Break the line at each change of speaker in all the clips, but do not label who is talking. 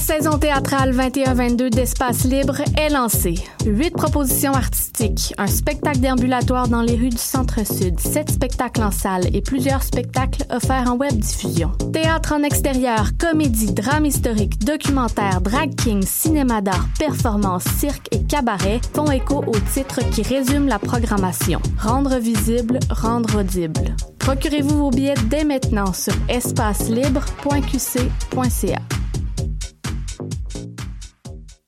saison théâtrale 21-22 d'Espace Libre est lancée. Huit propositions artistiques, un spectacle déambulatoire dans les rues du Centre-Sud, sept spectacles en salle et plusieurs spectacles offerts en web diffusion. Théâtre en extérieur, comédie, drame historique, documentaire, drag king, cinéma d'art, performance, cirque et cabaret font écho au titre qui résume la programmation. Rendre visible, rendre audible. Procurez-vous vos billets dès maintenant sur espacelibre.qc.ca.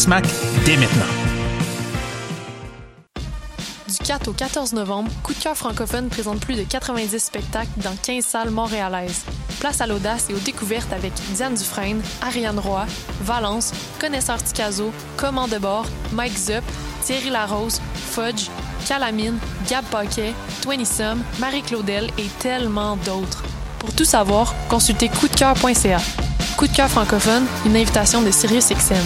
SMAC dès maintenant.
Du 4 au 14 novembre, Coup de cœur francophone présente plus de 90 spectacles dans 15 salles montréalaises. Place à l'audace et aux découvertes avec Diane Dufresne, Ariane Roy, Valence, Connaisseur Ticazo, Comment de bord, Mike Zup, Thierry Larose, Fudge, Calamine, Gab Paquet, Twenty Some, Marie Claudel et tellement d'autres. Pour tout savoir, consultez coupdecoeur.ca. Coup de cœur francophone, une invitation de Sirius XM.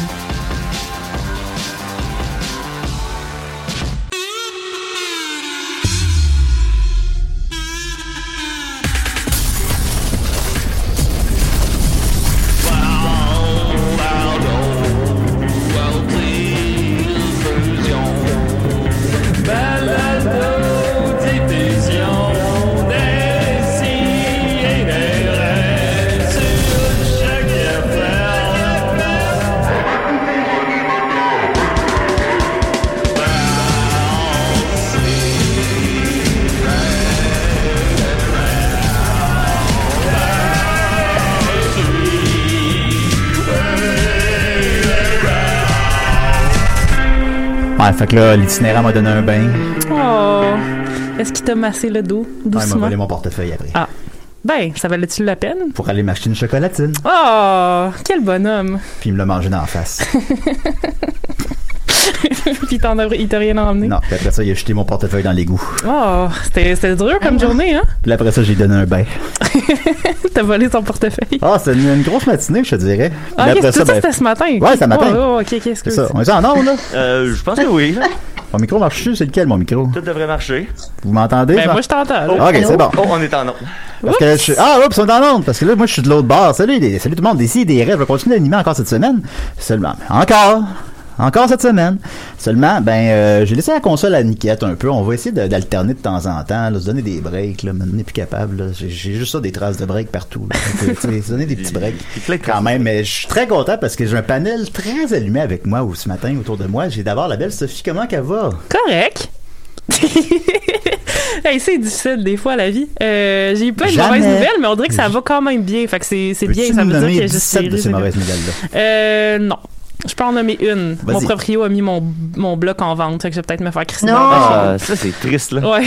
Ouais, fait que là, l'itinéraire m'a donné un bain.
Oh! Est-ce qu'il t'a massé le dos
Ah, il m'a
doucement?
volé mon portefeuille après.
Ah. ben, ça valait-tu la peine?
Pour aller m'acheter une chocolatine.
Oh! Quel bonhomme!
Puis il me l'a mangé d'en face.
Puis t'en as- il t'a rien emmené?
non, puis après ça, il a jeté mon portefeuille dans l'égout.
Oh! C'était c'était dur comme journée, hein?
Puis après ça, j'ai donné un bain.
T'as volé son portefeuille.
Ah, c'est une, une grosse matinée, je te dirais. Puis
Ah, ok,
après
tout ça,
ben,
c'était ce matin.
Ouais, ce matin.
Oh, oh, ok, ok,
c'est
excuse.
ça. On est en onde, là.
Euh, je pense que oui. là.
Mon micro marche-tu? C'est lequel, mon micro?
Tout devrait marcher.
Vous m'entendez?
Ben,
Jean?
moi, je t'entends. là.
Ok, c'est bon.
Oh, on est en ordre.
Parce que je suis... Ah, oups, on est en onde. Parce que là, moi, je suis de l'autre bord. Salut, les- salut tout le monde. D'ici, des rêves. Je vais continuer d'animer encore cette semaine. Seulement, encore. Encore cette semaine. Seulement, ben, euh, j'ai laissé la console à Niquette un peu. On va essayer de- d'alterner de temps en temps, là, se donner des breaks, là. Maintenant, on n'est plus capable, là. J'ai- J'ai juste ça, des traces de breaks partout, là. Donc, euh, tu sais, se donner des petits breaks. Quand même, mais je suis très content parce que j'ai un panel très allumé avec moi ou ce matin autour de moi. J'ai d'abord la belle Sophie. Comment qu'elle va?
Correct. hey, c'est difficile des fois la vie. Euh, j'ai eu plein de
Jamais.
mauvaises nouvelles, mais on dirait que ça va quand même bien. Fait que c'est c'est bien.
Peux-tu
Ça
nous
veut dire
nommer
qu'il y a juste
17
série,
de ces
c'est
mauvaises nouvelles-là?
bien. Euh, non. Je peux en nommer une.
Vas-y.
Mon proprio a mis mon, mon bloc en vente. Fait que je vais peut-être me faire crisser dans la
Ah, ça, c'est triste, là.
chambre. Ouais.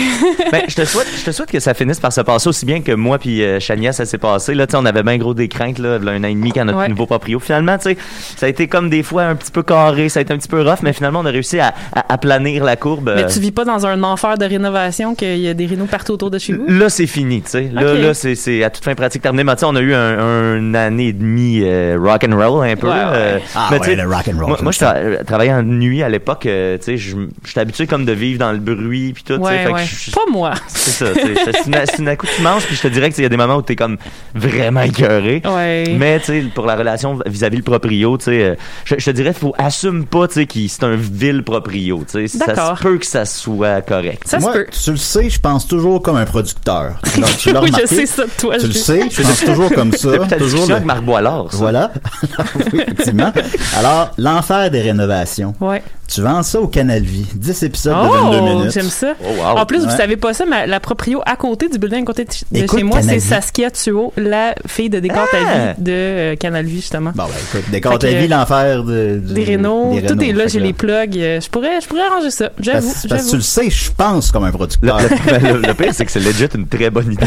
Ben, je te souhaite, je te souhaite que ça finisse par se passer aussi bien que moi puis euh, Chania, ça s'est passé. Là, tu sais, on avait bien gros des craintes, là, v'là un an et demi quand notre
Ouais.
nouveau proprio. Finalement, tu sais, ça a été comme des fois un petit peu carré, ça a été un petit peu rough, mais finalement, on a réussi à, à, à planir la courbe.
Mais
euh,
tu vis pas dans un enfer de rénovation qu'il y a des rénos partout autour de chez vous?
euh, Là, c'est fini, tu sais. Là,
Ok.
là c'est, c'est à toute fin pratique terminé. Mais tu sais, on a eu un, un année et demie euh, rock and roll un peu.
Ouais,
là.
ouais.
Euh,
Ah
mais
ouais,
tu sais,
le rock and roll,
Moi,
j'aime
moi, je tra- travaillais en nuit à l'époque. euh, tu sais, je j'étais habitué comme de vivre dans le bruit puis tout. tu sais,
Ouais,
fait que
ouais.
je- je-
Pas moi.
c'est ça. tu sais, c'est, c'est une, c'est une accoutumance. Puis je te dirais qu'il y a des moments où t'es comme vraiment écœuré.
Ouais.
Mais tu sais, pour la relation vis-à-vis le proprio, tu sais, euh, je, je te dirais faut assume pas, tu sais, que c'est un vil proprio, tu sais. Ça
D'accord.
se peut que ça soit correct.
Ça se
Moi,
peut.
tu le sais, je pense toujours comme un producteur. Tu l'as- tu l'as
oui, je
remarqué?
sais ça de toi.
Tu le
je-
sais, je pense toujours comme ça.
Depuis ta
toujours
discussion
le-
avec Marc Boilard, ça.
Voilà. Alors, oui, effectivement. Alors, l'enfer des rénovations.
Ouais.
Tu vends ça au Canal Vie. 10 épisodes de 22
Oh,
minutes.
j'aime ça.
Oh, wow.
En plus, vous
Ouais.
savez pas ça, mais la proprio à côté du building à côté de ch- de
Écoute,
chez moi, c'est
Canal Vie.
Saskia Tuo, la fille de Décor ta
Ah!
vie de euh, Canal Vie, justement.
Bon, ben, écoute, décore
Fait
ta
que-
vie, l'enfer de, du-
Des rénaux,
des
tout est
Renault.
là,
Fait
j'ai
que
les plugs. euh, Je pourrais, je pourrais arranger ça, j'avoue.
Parce, parce que tu
j'avoue.
le sais, je pense comme un
Le,
producteur.
le- le- le pire, c'est que c'est legit une très bonne idée.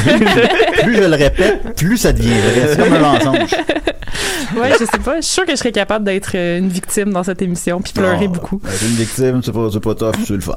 plus je le répète, plus ça devient vrai. C'est comme un mensonge.
Ouais, je sais pas. Je suis sûre que je serais capable d'être euh, une victime dans cette émission, puis pleurer
Ah.
Oh,
beaucoup.
ben, t'es une victime, c'est pas, c'est pas tough, c'est le fun.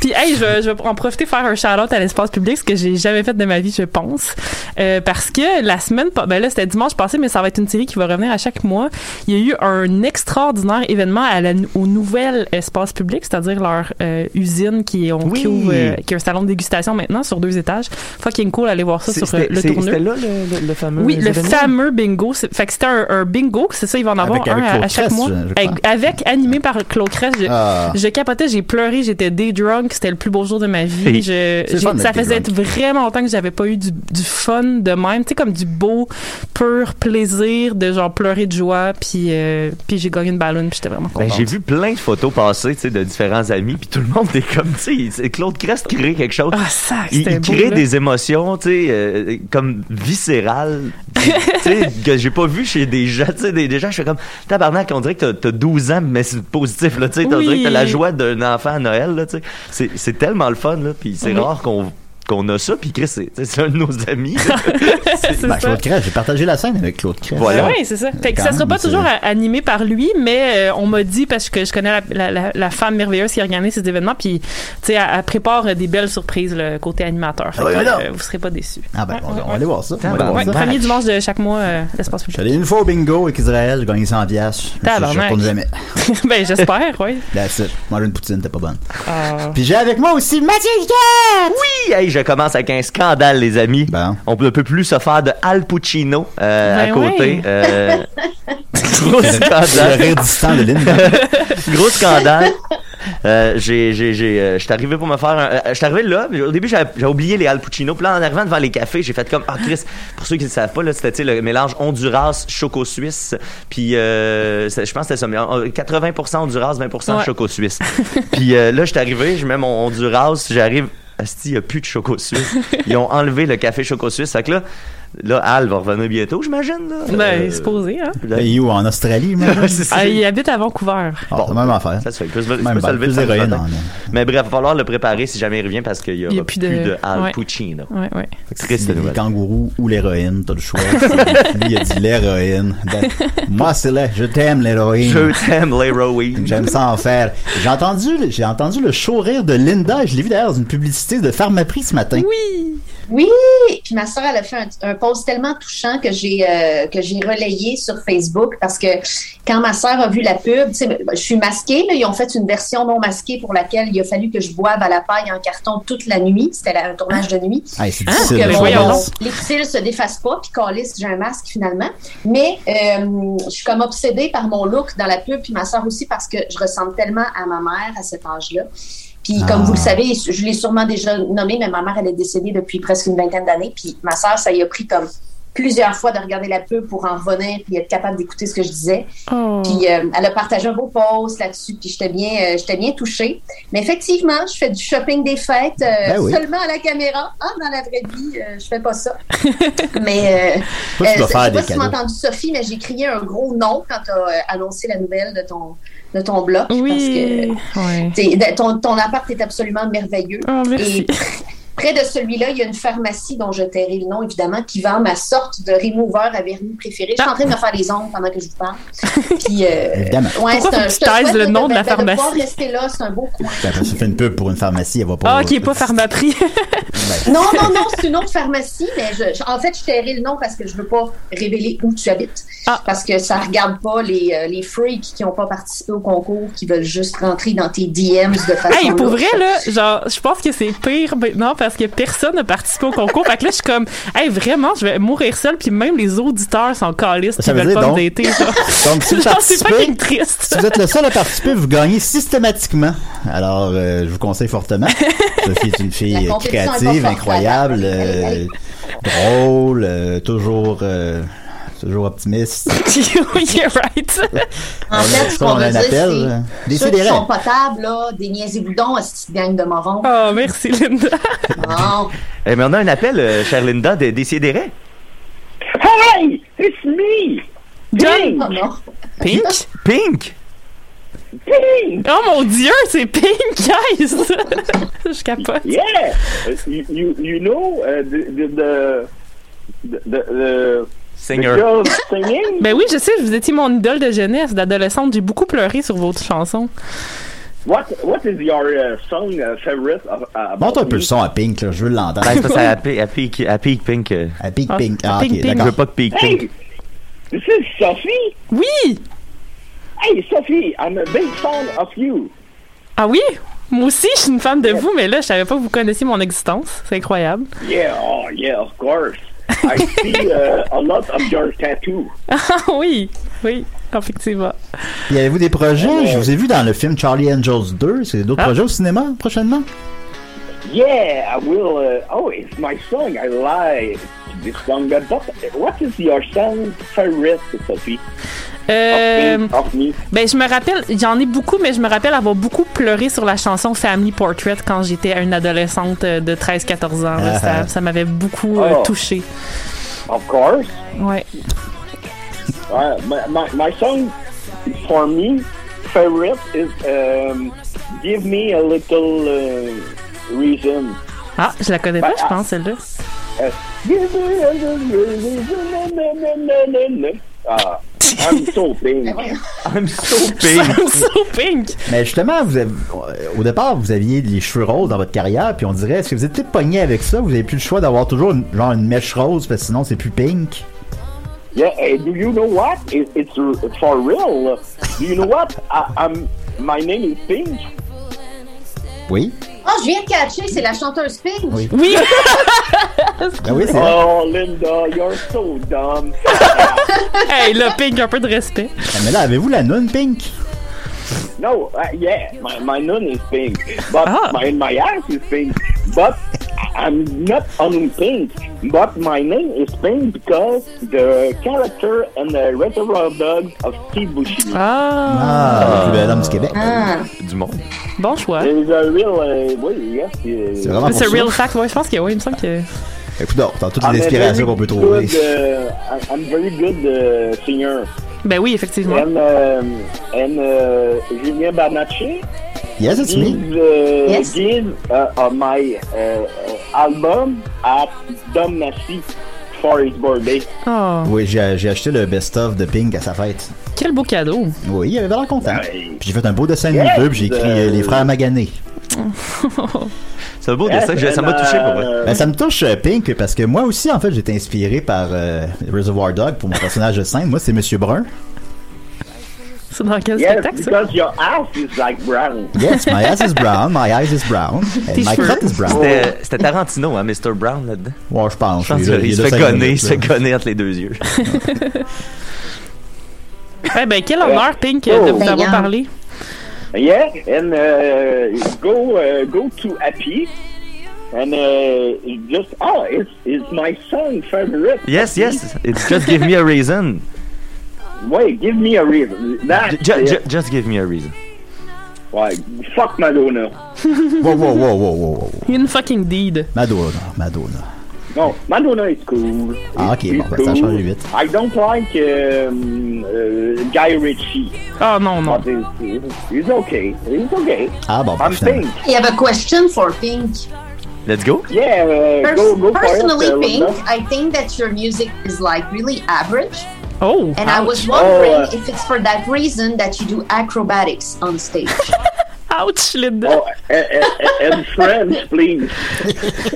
Puis, hey, je, vais- je vais en profiter faire un shout-out à l'espace public, ce que j'ai jamais fait de ma vie, je pense. Euh, parce que la semaine, pa- ben là, c'était dimanche passé, mais ça va être une série qui va revenir à chaque mois. Il y a eu un extraordinaire événement à la, au nouvel espace public, c'est-à-dire leur euh, usine qui, ont,
Oui.
qui, ouvre, euh, qui a un salon de dégustation maintenant sur deux étages. Fucking cool, allez voir ça
C'est-
sur euh,
C'était
le
c'est-
tourneur.
c'était là le, le- le fameux.
Oui, le
événement?
fameux bingo. C'est- Fait que c'était un, un bingo, c'est ça, il va en avoir
Avec-
un
avec
à- à,
Claude
chaque
Crest,
mois.
je- je
Avec,
crois.
avec- animé par Claude Crest. Je,
Ah.
je capotais, j'ai pleuré, j'étais day drunk, c'était le plus beau jour de ma vie.
Et-
Je,
C'est le
j'ai-
fun d'être
ça
day
faisait
drunk.
vraiment longtemps que j'avais pas eu du, du fun de même, tu sais comme du beau pur plaisir de genre pleurer de joie puis euh, puis j'ai gagné une ballonne, puis j'étais vraiment
Ben,
contente.
j'ai vu plein de photos passer, tu sais, de différents amis, puis tout le monde est comme, tu sais, c'est- Claude Crest crée quelque chose.
ah ça,
il,
c'était
il
beau.
crée
là.
des émotions, tu sais, euh, comme viscérales, tu sais, que j'ai pas vu chez des gens, tu sais, des, des gens, je fais comme, tabarnak, on dirait que t'as- t'as 12 ans, mais c'est positif, là, tu sais, t'as- on
Oui.
dirait que t'as la joie d'un enfant à Noël, là, tu sais. C'est- C'est tellement le fun, là, puis c'est
Oui.
rare qu'on qu'on a ça, puis Chris, c'est tu sais, c'est un de nos amis. là.
C'est
Ben,
ça.
Claude Crest, j'ai partagé la scène avec Claude Crest.
Voilà.
Oui, Ah c'est ça. Fait que
Quand
ça sera
même,
pas
c'est-
toujours a- animé par lui, mais euh, on m'a dit parce que je connais la, la- la- la femme merveilleuse qui organise ces événements, puis tu sais, elle, elle prépare euh, des belles surprises le côté animateur. Fait
Ah ouais,
que,
alors.
euh, vous serez pas déçus.
Ah ben,
Ouais,
on,
ouais,
on va
ouais.
aller voir ça. On va aller voir
Ouais,
ça.
premier dimanche de chaque mois, euh, l'espace
Je suis
public.
allé une fois au bingo avec Israël, j'ai gagné 100 piastres. Je- Je
Tabarnak.
retourne jamais.
ben j'espère, oui.
That's it. Manger une poutine, t'es pas bonne.
Ah.
Puis j'ai avec moi aussi Mathieu Niquette!
Oui, hey, je commence avec un scandale, les amis.
Bon.
Hein? On ne peut plus se faire de Al Pacino euh,
Ben
à côté.
oui.
Euh, gros
Le
scandale.
rire distant de Lynn.
Gros scandale. Euh, j'ai, j'ai, j'ai, euh, j'étais arrivé pour me faire un, euh, j'étais arrivé là, mais au début, j'avais, j'avais oublié les Al Pacino. Puis là, en arrivant devant les cafés, j'ai fait comme, ah, Chris, pour ceux qui ne le savent pas, là, c'était, tu sais, le mélange Honduras, Choco Suisse. Puis, euh, c'est- je pense que c'était ça, mais euh, 80% Honduras, 20%
Ouais.
Choco Suisse. Puis euh, là, j'étais arrivé, je mets mon Honduras, j'arrive, asti, il n'y a plus de Choco Suisse. Ils ont enlevé le café Choco Suisse. Fait que là, là, Al va revenir bientôt, j'imagine, là.
Ben,
Euh,
supposé, hein.
là,
Ben, Il est où, en Australie, moi?
Ouais, c'est ça.
Ah, il habite à Vancouver.
Bon, c'est la même affaire.
Ça se fait. Il peut se, il peut
Même
se
bail,
lever
plus
de samedi
d'héroïne,
matin.
hein, là.
Mais bref, il va falloir le préparer si jamais il revient parce qu'il y aura
Il y a
plus de, Al
ouais.
Pacino.
Ouais, ouais.
Fait que
Triste
c'est les
nouvelle.
kangourous ou l'héroïne, t'as le choix. Lui, il a dit l'héroïne. Ben, moi, c'est là, je t'aime l'héroïne.
Je t'aime, l'héroïne.
J'aime ça en faire. J'ai entendu, j'ai entendu le show rire de Linda. Je l'ai vu d'ailleurs dans une publicité de Pharmaprix ce matin.
Oui.
Oui! Puis ma soeur, elle a fait un, un post tellement touchant que j'ai euh, que j'ai relayé sur Facebook parce que quand ma soeur a vu la pub, tu sais, ben, je suis masquée, là, ils ont fait une version non masquée pour laquelle il a fallu que je boive à la paille en carton toute la nuit. C'était la- un tournage de nuit.
Ah, c'est
Hein?
difficile.
que
ben
mon-
voyons
mon-
donc.
les cils se défassent pas, puis calisse, j'ai un masque finalement. Mais euh, je suis comme obsédée par mon look dans la pub, puis ma soeur aussi, parce que je ressemble tellement à ma mère à cet âge-là. Puis
Ah.
comme vous le savez, je l'ai sûrement déjà nommé, mais ma mère, elle est décédée depuis presque une vingtaine d'années. Puis ma soeur, ça y a pris comme plusieurs fois de regarder la pub pour en revenir puis être capable d'écouter ce que je disais.
Oh.
Puis euh, elle a partagé un beau post là-dessus, puis j'étais bien, euh, j'étais bien touchée. Mais effectivement, je fais du shopping des fêtes euh,
Ben oui.
seulement à la caméra. Ah, dans la vraie vie, euh, je fais pas ça. mais euh,
Toi, tu
euh,
dois
je sais
faire
pas
des
si tu m'as
cadeaux.
entendu, Sophie, mais j'ai crié un gros non quand tu as annoncé la nouvelle de ton, de ton blog.
Oui. Ouais.
Parce que t'es- ton, ton appart est absolument merveilleux.
Oh, merci.
Et près de celui-là, il y a une pharmacie dont je tairai le nom, évidemment, qui vend ma sorte de remover à vernis préféré. Je suis en train de me faire les ongles pendant que je vous parle. Puis, euh,
Évidemment.
Pourquoi
ouais, c'est
faut
un-
que
je
tu
te
taises
souhaite
le nom de la
De pouvoir
pharmacie?
rester là, c'est un beau coin.
Après, ça fait une pub pour une pharmacie, elle va pas.
Ah, qui est pas pharmaprix.
Non, non, non, c'est une autre pharmacie, mais je, je- en fait, je tairai le nom parce que je veux pas révéler où tu habites.
Ah.
Parce que ça regarde pas les, euh, les freaks qui ont pas participé au concours, qui veulent juste rentrer dans tes DMs de façon.
Hey, pour
louche.
vrai, là, genre, je pense que c'est pire maintenant parce que personne n'a participé au concours. fait que là, je suis comme, hey, vraiment, je vais mourir seule, puis même les auditeurs sont calistes,
Ça
ils
veut
veulent
dire
pas me
donc-
dater, genre.
Donc, si vous
Genre, c'est
participez,
fucking triste.
si vous êtes le seul à participer, vous gagnez systématiquement. Alors, euh, je vous conseille fortement. Sophie est une fille
La compétition est
créative, euh,
pas forte,
incroyable,
madame.
euh, drôle, euh, toujours. euh, Toujours optimiste.
You're right.
En fait, ce
Ça,
qu'on veut dire,
là.
c'est ceux qui
euh, Décidérez.
sont potables, là, des niaisez-boudons, petite gang de morons.
Oh, merci, Linda.
Non.
Eh, mais on a un appel, euh, chère Linda, de, d'Essier-des-Raies.
Hey, it's me,
John
Oh, non.
Pink?
Pink!
Pink.
Oh mon Dieu, c'est Pink, guys! Je capote.
Yeah, Uh, you you, you know uh, the the the the, the, oh, the
Seigneur.
girl singing.
Ben oui, je sais, vous étiez mon idole de jeunesse, d'adolescente. J'ai beaucoup pleuré sur votre chanson.
What what is your uh, song uh, favorite? of- uh,
Monte un peu
about
le son à Pink, là, je veux l'entendre.
Ben, c'est parce qu'à pi- à pique, à pique, Pink. euh,
À Pink,
Ah,
Pink. Ah,
Pink,
ok,
Pink.
je veux
d'accord.
pas que Pink,
me?
Pink.
Hey, this is Sophie.
Oui!
Hey, Sophie, I'm a big fan of you.
Ah oui? Moi aussi, je suis une fan de vous, mais là, je savais pas que vous connaissiez mon existence. C'est incroyable.
Yeah, oh yeah, of course. I see uh, a lot of your tattoo.
Ah oui! Oui, effectivement.
Puis avez-vous des projets? Je vous ai vu dans le film Charlie Angels 2. C'est d'autres
Ah.
projets au cinéma prochainement?
Yeah, I will. Uh, oh, it's my song. I lied. This song, but what, what is your song favorite, Sophie? Of
Euh,
me, of me.
ben, je me rappelle, j'en ai beaucoup, mais je me rappelle avoir beaucoup pleuré sur la chanson Family Portrait quand j'étais une adolescente euh, de 13-14 ans. là.
Ah,
ça
ah.
ça m'avait beaucoup euh,
Oh.
touchée.
Of course.
Ouais.
Uh, my, my, my song for me favorite is um, "Give Me a Little uh, Reason."
Ah, je la connais pas, je pense, celle-là.
Uh, Give me a little reason. na, na, na, na, na, na. Ah, I'm so big.
I'm so pink.
I'm so pink!
Mais justement, vous avez- au départ, vous aviez les cheveux roses dans votre carrière, puis on dirait, est-ce que vous êtes peut-être pogné avec ça? Vous avez plus le choix d'avoir toujours une, genre une mèche rose, parce que sinon c'est plus pink.
Yeah, eh, do you know what? It, it's r- for real. Do you know what? I, I'm. My name is Pink.
Oui.
Oh, je viens de catcher, c'est la chanteuse Pink.
Oui.
Oui!
Ben oui, c'est vrai.
Oh, Linda, you're so dumb.
hey, là, pink, un peu de respect.
Mais là, avez-vous la nonne pink?
No, uh, yeah, my, my nun is pink, but
Ah.
my my ass is pink, but I'm not on pink. But my name is pink because the character and the reservoir dog of Steve Buscemi.
Ah,
Ah, le plus bel homme du Québec.
Du monde.
bon choix.
It is a real, uh, well, yes,
C'est
uh,
vraiment pour
C'est
ça.
a real fact, ouais, je pense que oui, il me semble que.
Écoute donc, dans toutes
Ah,
I'm
les
a very
inspirations
ben
qu'on peut trouver.
good, uh, I- I'm very good uh, singer.
Ben oui, effectivement.
And um, and uh, Julien Bernatchez
Yes, it's
is
me.
uh,
Yes.
give uh, uh, my uh, uh, album at Dom Massy for his birthday.
Oh,
Oui, j'ai j'ai acheté le best-of de Pink à sa fête.
quel beau cadeau.
Oui, il avait l'air content.
Ouais.
Puis j'ai fait un beau dessin de
Yes,
YouTube, j'ai écrit euh,
euh,
Les Frères Maganés.
C'est un beau dessin, je- ça m'a touché pour vrai.
Ben, ça me touche euh, Pink parce que moi aussi en fait j'ai été inspiré par euh, Reservoir Dog pour mon personnage de scène. Moi c'est Monsieur Brun.
C'est dans quel
Yes,
spectacle, ça?
because your ass is like brown.
Yes, my ass is brown, my eyes is brown, and my
cheveux.
crotty is brown.
C'était euh, c'était Tarantino, hein, Mr. Brown, là-dedans.
Ouais, je pense.
Je pense
il est là-
qu'il
il est
se
là
fait
cinq
gonner, il
minutes,
se fait
là.
gonner entre les deux yeux.
Eh ben, quel honneur, Pink, de vous avoir
Payant.
parlé.
Yeah, and uh, go uh, go to Happy. And uh, just oh, it's, it's my song favorite.
Yes, yes, it's just give me a reason.
Wait, give me a reason. That
Ju- ju- ju- just give me a reason.
Why? Fuck Madonna.
Wow, wow, wow, wow, wow, wow.
Une fucking deed.
Madonna, Madonna.
No, Madonna is cool.
Ah, ok,
It's
bon, ben, ça change vite.
I don't like um, uh, Guy Ritchie,
Oh non, non.
but he's, he's okay. He's okay.
Ah bon, ben,
I'm
finalement.
pink.
Il y avait question for Pink.
Let's go.
Yeah, uh,
Pers-
go, go
personally,
for it.
Pink,
uh, Linda.
I think that your music is like really average.
Oh!
And I
ouch.
was wondering
Oh, uh,
if it's for that reason that you do acrobatics on stage.
Ouch, Linda!
Oh, a- a- a- and French, please.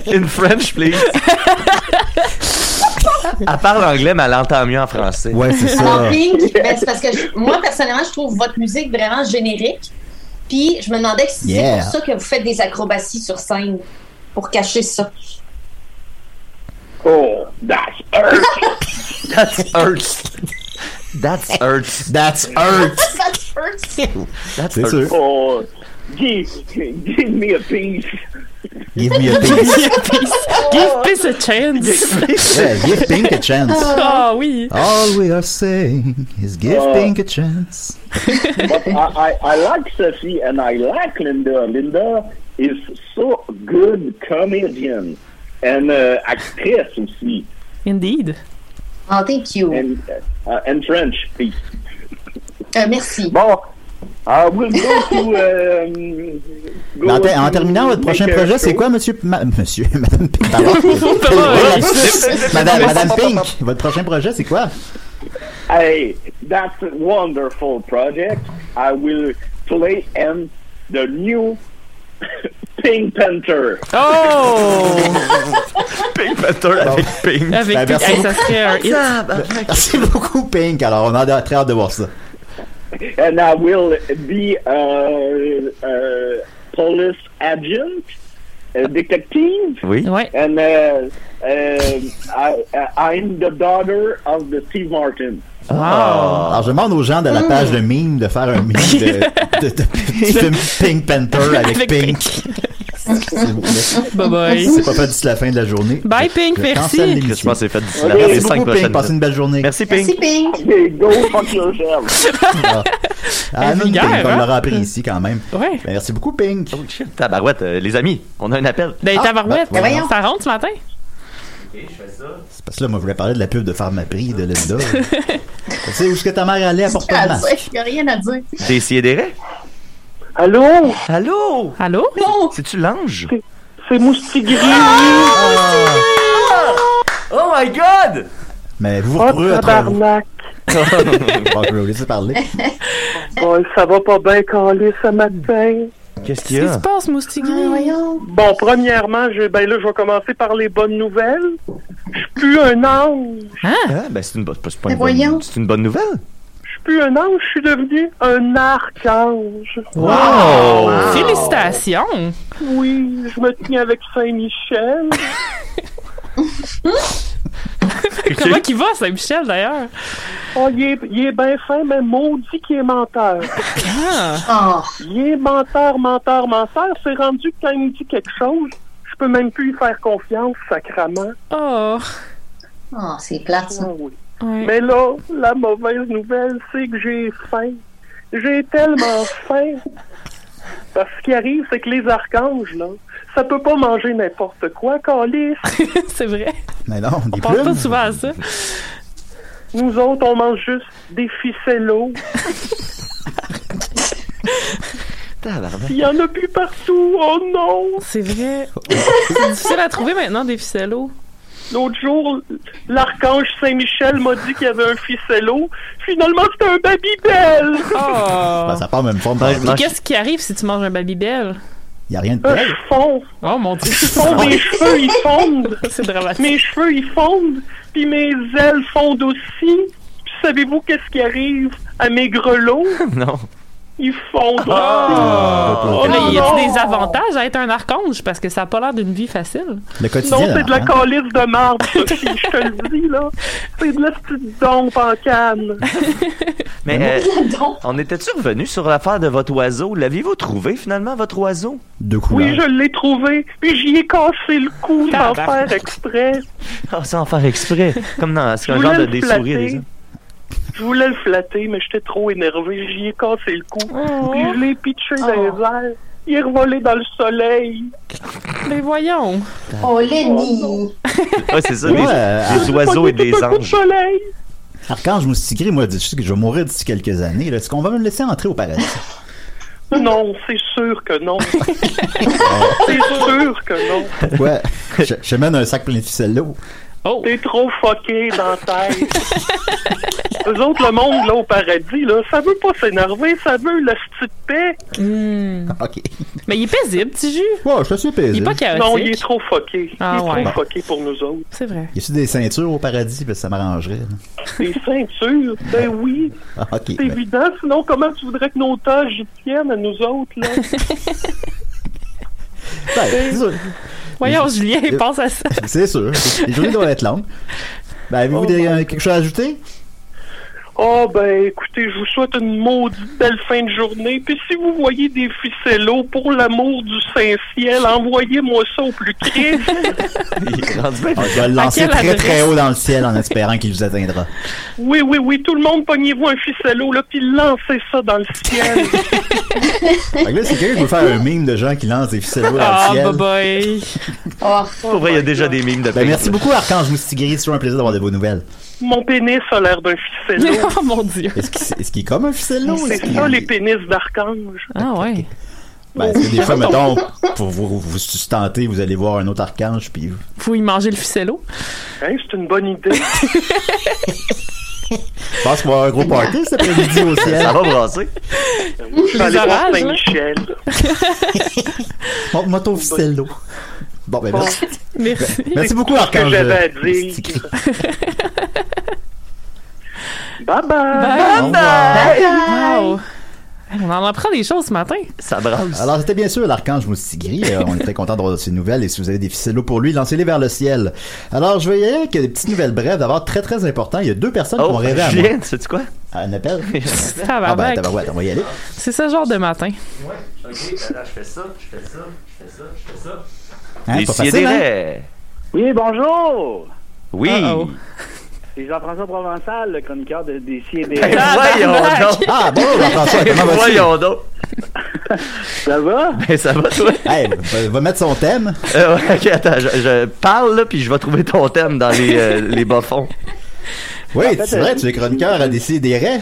In French, please. Elle parle anglais, mais elle entend mieux en français.
Ouais, c'est
Alors,
ça.
Pink, ben, c'est parce que je- moi, personnellement, je trouve votre musique vraiment générique. Puis, je me demandais si
Yeah.
c'est pour ça que vous faites des acrobaties sur scène, pour cacher ça.
Oh, that's earth.
That's hurts. That's hurts.
That's hurt.
Ça te hurt.
That's
C'est
hurts.
sûr.
Oh, give, give me a piece.
Give me a pink.
Give peace a chance.
Yeah, give pink a chance.
Ah oui.
All we are saying is give
Ah.
pink a chance.
But I, I, I like Sophie and I like Linda. Linda is so good comedian and uh, actress aussi.
Indeed.
Ah,
Oh, thank you.
And, uh, and French, please.
Euh, merci.
Bon, I will go to... Um, go
Mais en, ter- en
to
terminant, votre prochain
make a
projet, c'est
show.
quoi, monsieur. Ma- monsieur, madame Pink, pardon.
oui.
madame, madame Pink, votre prochain projet, c'est quoi?
Hey, that's a wonderful project. I will play in the new Pink Panther.
Oh!
Pink Panther avec Pink.
Avec
Ben,
Pete,
merci
hey, ça serait un hit.
Merci beaucoup, Pink. Alors, on a très hâte de voir ça.
And I will be a uh, uh, police agent, a detective,
Oui.
Ouais.
and uh, uh, I, I'm the daughter of the Steve Martin.
Alors, je demande aux gens de la page de meme de faire un meme de, de, de- du film Pink Panther avec,
Avec
Pink.
Bye bye.
C'est pas fait d'ici la fin de la journée.
Bye, Pink,
Je
merci.
cancelle l'émission.
Je pense que c'est fait d'ici la fin des
Merci
5
beaucoup, Pink.
prochaines
Passez une
minutes.
belle journée.
Merci
Merci,
Pink.
Pink.
Okay, go fuck yourself.
Ah, non, Pink,
vulgaire,
on
hein?
l'aura appris ici quand même.
Ouais.
Ben, merci beaucoup, Pink.
Oh shit, tabarouette, euh, les amis, on a un appel.
Des
Ah,
tabarouettes.
ben,
voyons.
ça rentre ce matin?
C'est parce que là, moi, je voulais parler de la pub de Pharmaprix, de Linda. tu sais, où est-ce que ta mère allait à porter le masque?
Il n'y a rien à dire.
T'es des raies?
Allô,
Allô?
Allô?
C'est-tu l'ange?
c'est Moustigri.
Oh my god!
Mais vous vous
Oh,
retrouvez à travers...
tabarnak.
Bon, je vais vous laisser parler.
Bon, Oh, ça va pas bien caler ce matin.
Qu'est-ce qu'il y
Qu'est-ce qui se
a?
passe, Moustigui?
Bon, premièrement, je, ben là, je vais commencer par les bonnes nouvelles. Je suis plus un ange.
Ah, ben, c'est une, bo- c'est pas une
Mais voyons.
bonne, c'est une bonne nouvelle.
Je suis plus un ange, je suis devenu un archange.
Oh.
Wow!
Félicitations!
Oui, je me tiens avec Saint-Michel.
Comment qu'il va, Saint-Michel, d'ailleurs?
Oh, il est, il est bien fin, mais maudit qu'il est menteur.
Ah.
Oh,
Il est menteur, menteur, menteur. C'est rendu que quand il me dit quelque chose, je peux même plus lui faire confiance, sacrament.
Oh!
oh, c'est plate, ça.
Ah oui.
Ouais.
Mais là, la mauvaise nouvelle, c'est que j'ai faim. J'ai tellement faim. Parce que ce qui arrive, c'est que les archanges, là, ça peut pas manger n'importe quoi, Calis.
c'est vrai.
Mais non,
On
des
pense pas
plumes.
souvent à ça.
Nous autres, on mange juste des ficellos.
Tabarnak.
Il y en a plus partout. Oh non!
C'est vrai. c'est difficile à trouver maintenant, des ficellos.
L'autre jour, l'archange Saint-Michel m'a dit qu'il y avait un ficello. Finalement, c'était un babybel!
Oh!
Ben, ça part en même forme.
Ouais,
Il
mange-
Qu'est-ce qui arrive si tu manges un Babybel?
n'y a rien de
Euh,
tel.
je fonds.
Oh mon dieu!
Je fonds, mes cheveux, ils fondent.
c'est dramatique.
Mes cheveux, ils fondent, puis mes ailes fondent aussi. Puis savez-vous qu'est-ce qui arrive à mes grelots?
Non.
Ils fondent aussi.
Ah.
Mais
Oh, non,
y a-t-il
non.
des avantages à être un archange? Parce que ça a pas l'air d'une vie facile.
Le quotidien.
Non, c'est de la
hein.
calice de marbre, Sophie, je te le dis, là. C'est de la petite dompe en canne.
Mais euh, on était-tu revenu sur l'affaire de votre oiseau? L'aviez-vous trouvé finalement, votre oiseau?
Deux couleurs.
Oui, je l'ai trouvé, puis j'y ai cassé le cou sans faire exprès.
Ah, sans faire exprès. Comme dans c'est
Je
un
voulais
genre de
le
des
flatter.
souris. des-
Je voulais le flatter, mais j'étais trop énervé. J'y ai cassé le cou,
Oh.
puis je l'ai pitché dans les airs. Il est revolé dans le soleil.
Mais voyons!
Oh, Lenny.
Ouais, c'est ça,
Moi,
des,
euh,
des oiseaux et des
Tout un coup de
anges.
soleil.
Archange moustiquerie, moi, je sais que je vais mourir d'ici quelques années. là. Est-ce qu'on va me laisser entrer au paradis?
Non, c'est sûr que non. c'est sûr que non.
Pourquoi? je, je mène un sac plein de ficelles là.
Oh!
T'es trop fucké dans la tête. Eux autres, le monde, là, au paradis, là, ça veut pas s'énerver, ça veut la petite paix.
Hmm.
OK.
Mais il est paisible, petit jus!
Ouais, je te suis
Il est
paisible.
pas chaotique.
Non, il est trop fucké. Il
Euh, Ah
est
ouais.
trop fucké pour nous autres.
C'est vrai.
Y a-tu des ceintures au paradis? Parce que ça m'arrangerait. là.
Des ceintures, ben oui,
Ah, OK.
c'est
ben,
évident. Sinon, comment tu voudrais que nos tâches y tiennent à nous autres, là?
ben, c'est sûr.
Voyons, Julien, il pense à ça.
C'est sûr. Les journées doivent être longues. Ben, avez-vous des- euh, quelque chose à ajouter?
Ah, ben, écoutez, je vous souhaite une maudite belle fin de journée. Puis si vous voyez des ficellos, pour l'amour du Saint-Ciel, envoyez-moi ça au plus Christ.
Il est rendu bien
On va Ah, le
À
lancer
quelle
très très
adresse?
haut dans le ciel en espérant qu'il vous atteindra.
Oui, oui, oui, tout le monde, pognez-vous un ficello, là, puis lancez ça dans le ciel.
Fait que là, c'est quelqu'un qui veut faire un mime de gens qui lancent des ficelles haut dans
Ah,
le ciel.
bye bye.
Oh,
Pour vrai, il y a déjà des mimes de
Ben,
ping.
merci beaucoup, Archange Moustigris. C'est toujours un plaisir d'avoir de vos nouvelles.
Mon pénis a l'air d'un ficello.
oh mon dieu.
Est-ce qu'il est-ce qu'il est comme un ficello?
C'est
Est-ce qu'il-
Ça, les pénis d'archange.
Ah ouais.
Ben, est-ce que des fois, mettons, pour vous, vous sustenter, vous allez voir un autre archange, puis vous-
Faut y manger le ficello.
Hein, c'est une bonne idée.
je pense qu'il va y avoir un gros party cet après-midi au ciel.
Ça va brasser.
Je vais aller voir
hein?
orages,
Saint-Michel.
Montre-moi ton ficello. Bon, ben, merci,
Merci.
merci beaucoup,
que
Archange.
j'avais à dire.
Moustigris.
Bye-bye.
Au revoir.
Wow. Hey, On en apprend des choses ce matin.
Ça brasse.
Alors, c'était bien sûr l'archange moustigris. Euh, on est très content d'avoir ces nouvelles. Et si vous avez des ficellos pour lui, lancez-les vers le ciel. Alors, je vais y aller avec des petites nouvelles brèves d'abord très très important. Il y a deux personnes qui ont
Oh,
rêvé à Hein, moi.
Julien, tu sais quoi?
À un appel. Ah ben,
Tabarnak.
tabarouette, on va y aller.
C'est ce genre de matin.
Ok, attends, je fais ça, je fais ça, je fais ça, je fais ça.
Hein,
Et
pas
s'il y a des
facile, hein?
raies.
Oui, bonjour.
Oui.
Ah, oh.
Uh-oh.
C'est Jean-François Provençal, le chroniqueur de, des CID.
Eh, Voyons
Tabarnak.
donc.
Ah, bonjour, Jean-François, comment vas-tu? Eh,
Voyons donc.
Ça va?
Ben, ça va, toi?
Hey, va, va mettre son thème.
Euh, ouais, ok, attends, je, je parle, là, puis je vais trouver ton thème dans les, euh, les bas-fonds.
Oui,
fait,
c'est vrai,
euh,
tu es chroniqueur à décider des raies.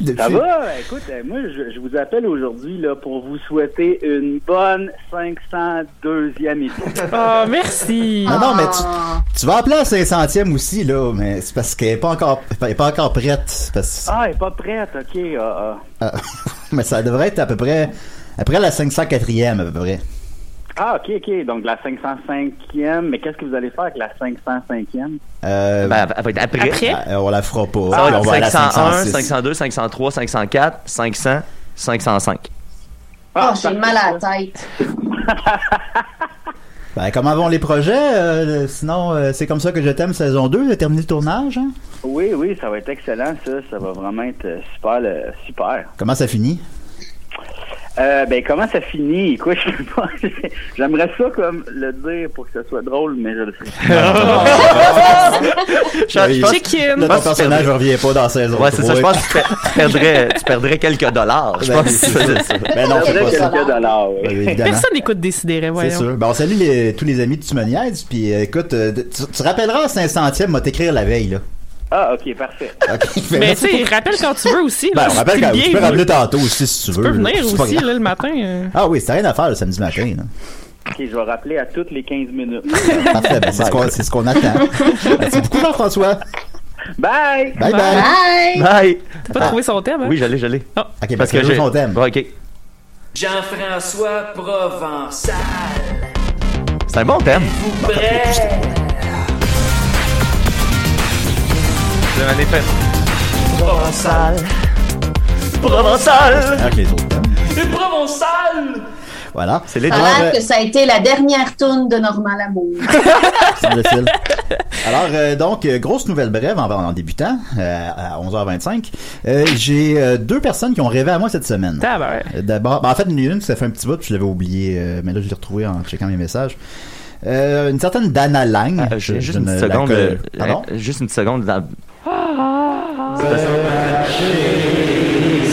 Depuis...
Ça va? Écoute, euh, moi, je, je vous appelle aujourd'hui là pour vous souhaiter une bonne 502e édition.
Ah, merci.
Non, non, mais
Ah.
tu, tu vas appeler à 500e aussi, là, mais c'est parce qu'elle n'est pas, encore- elle est pas encore prête. C'est Parce,
Ah, elle est pas prête, OK. ah,
ah, mais ça devrait être à peu près après la 504e, à peu près.
ah. Ah, OK, OK. Donc, la 505e. Mais qu'est-ce que vous allez faire avec la 505e?
Euh,
Ben, Ah, elle va être après.
Après?
euh, on la fera pas.
Ça va être
on va aller à
501,
506.
502, 503, 504, 500, 505.
oh, j'ai mal à la tête.
Ben, comment vont les projets? Euh, le- sinon, euh, c'est comme ça que je t'aime saison 2, de terminer le tournage. hein?
Oui, oui, ça va être excellent, ça. Ça va vraiment être euh, super, le- super.
Comment ça finit?
Euh, ben, comment ça finit? Écoute, je sais pas. J'aimerais ça, comme, le dire pour que ce soit drôle, mais je le sais. pas.
Je, je pense-
Chicken.
Là,
pense
ton
que tu
personnage ne revient pas dans saison
ouais, c'est ça. Je
3.
pense que tu, per- tu perdrais, tu perdrais quelques dollars. Je
Ben,
pense que
c'est
tu faisais ça.
Ben non, c'est
J'aimerais
pas ça.
quelques dollars, oui.
Ben, évidemment.
Personne n'écoute Décidéré,
C'est
voyons.
sûr. Ben, on salue les- tous les amis de Tumoniaise. Puis euh, écoute, euh, tu, tu rappelleras à 500e, moi t'écrire la veille. là.
Ah, OK, parfait.
Ok.
Mais
Fait merci
tu sais, rappelle quand tu veux aussi.
Ben,
là.
on rappelle
C'est
quand
bien,
tu peux
là.
rappeler tantôt aussi si tu veux.
Tu peux
là.
venir
C'est pas
aussi
grave.
là, le matin. euh.
Ah oui, c'est rien à faire le samedi matin. là.
OK, je vais rappeler à toutes les 15 minutes.
Parfait, ben, c'est ce qu'on c'est ce qu'on attend. Merci beaucoup, Jean-François.
Bye!
Bye bye.
Bye!
Bye.
T'as
Ah,
pas trouvé son thème, hein?
Oui, j'allais, j'allais.
Ok, ben, parce que j'ai son thème.
Ouais, ok.
Jean-François Provençal.
C'est un bon thème.
Prêt?
C'est un effet. Provençal. Provençal.
Avec les autres thèmes.
Le Provençal!
euh, Voilà.
C'est les
Ça
Alors,
a
euh,
l'air que ça a été la dernière tourne de Normand Lamour.
semble-t-il. Alors, euh, donc, euh, grosse nouvelle brève en, en débutant, euh, à 11h25. Euh, J'ai euh, deux personnes qui ont rêvé à moi cette semaine.
Ah, ben, ouais.
Euh, D'abord, ben, en fait, une, une, ça fait un petit bout, puis je l'avais oublié, euh, mais là, je l'ai retrouvée en checkant mes messages. Euh, une certaine Dana Lang.
Ah, euh,
Je-
j'ai juste
je
une
ne
petite
la
seconde.
co-
euh,
Pardon?
euh, Juste une petite seconde. dans- C'est parce-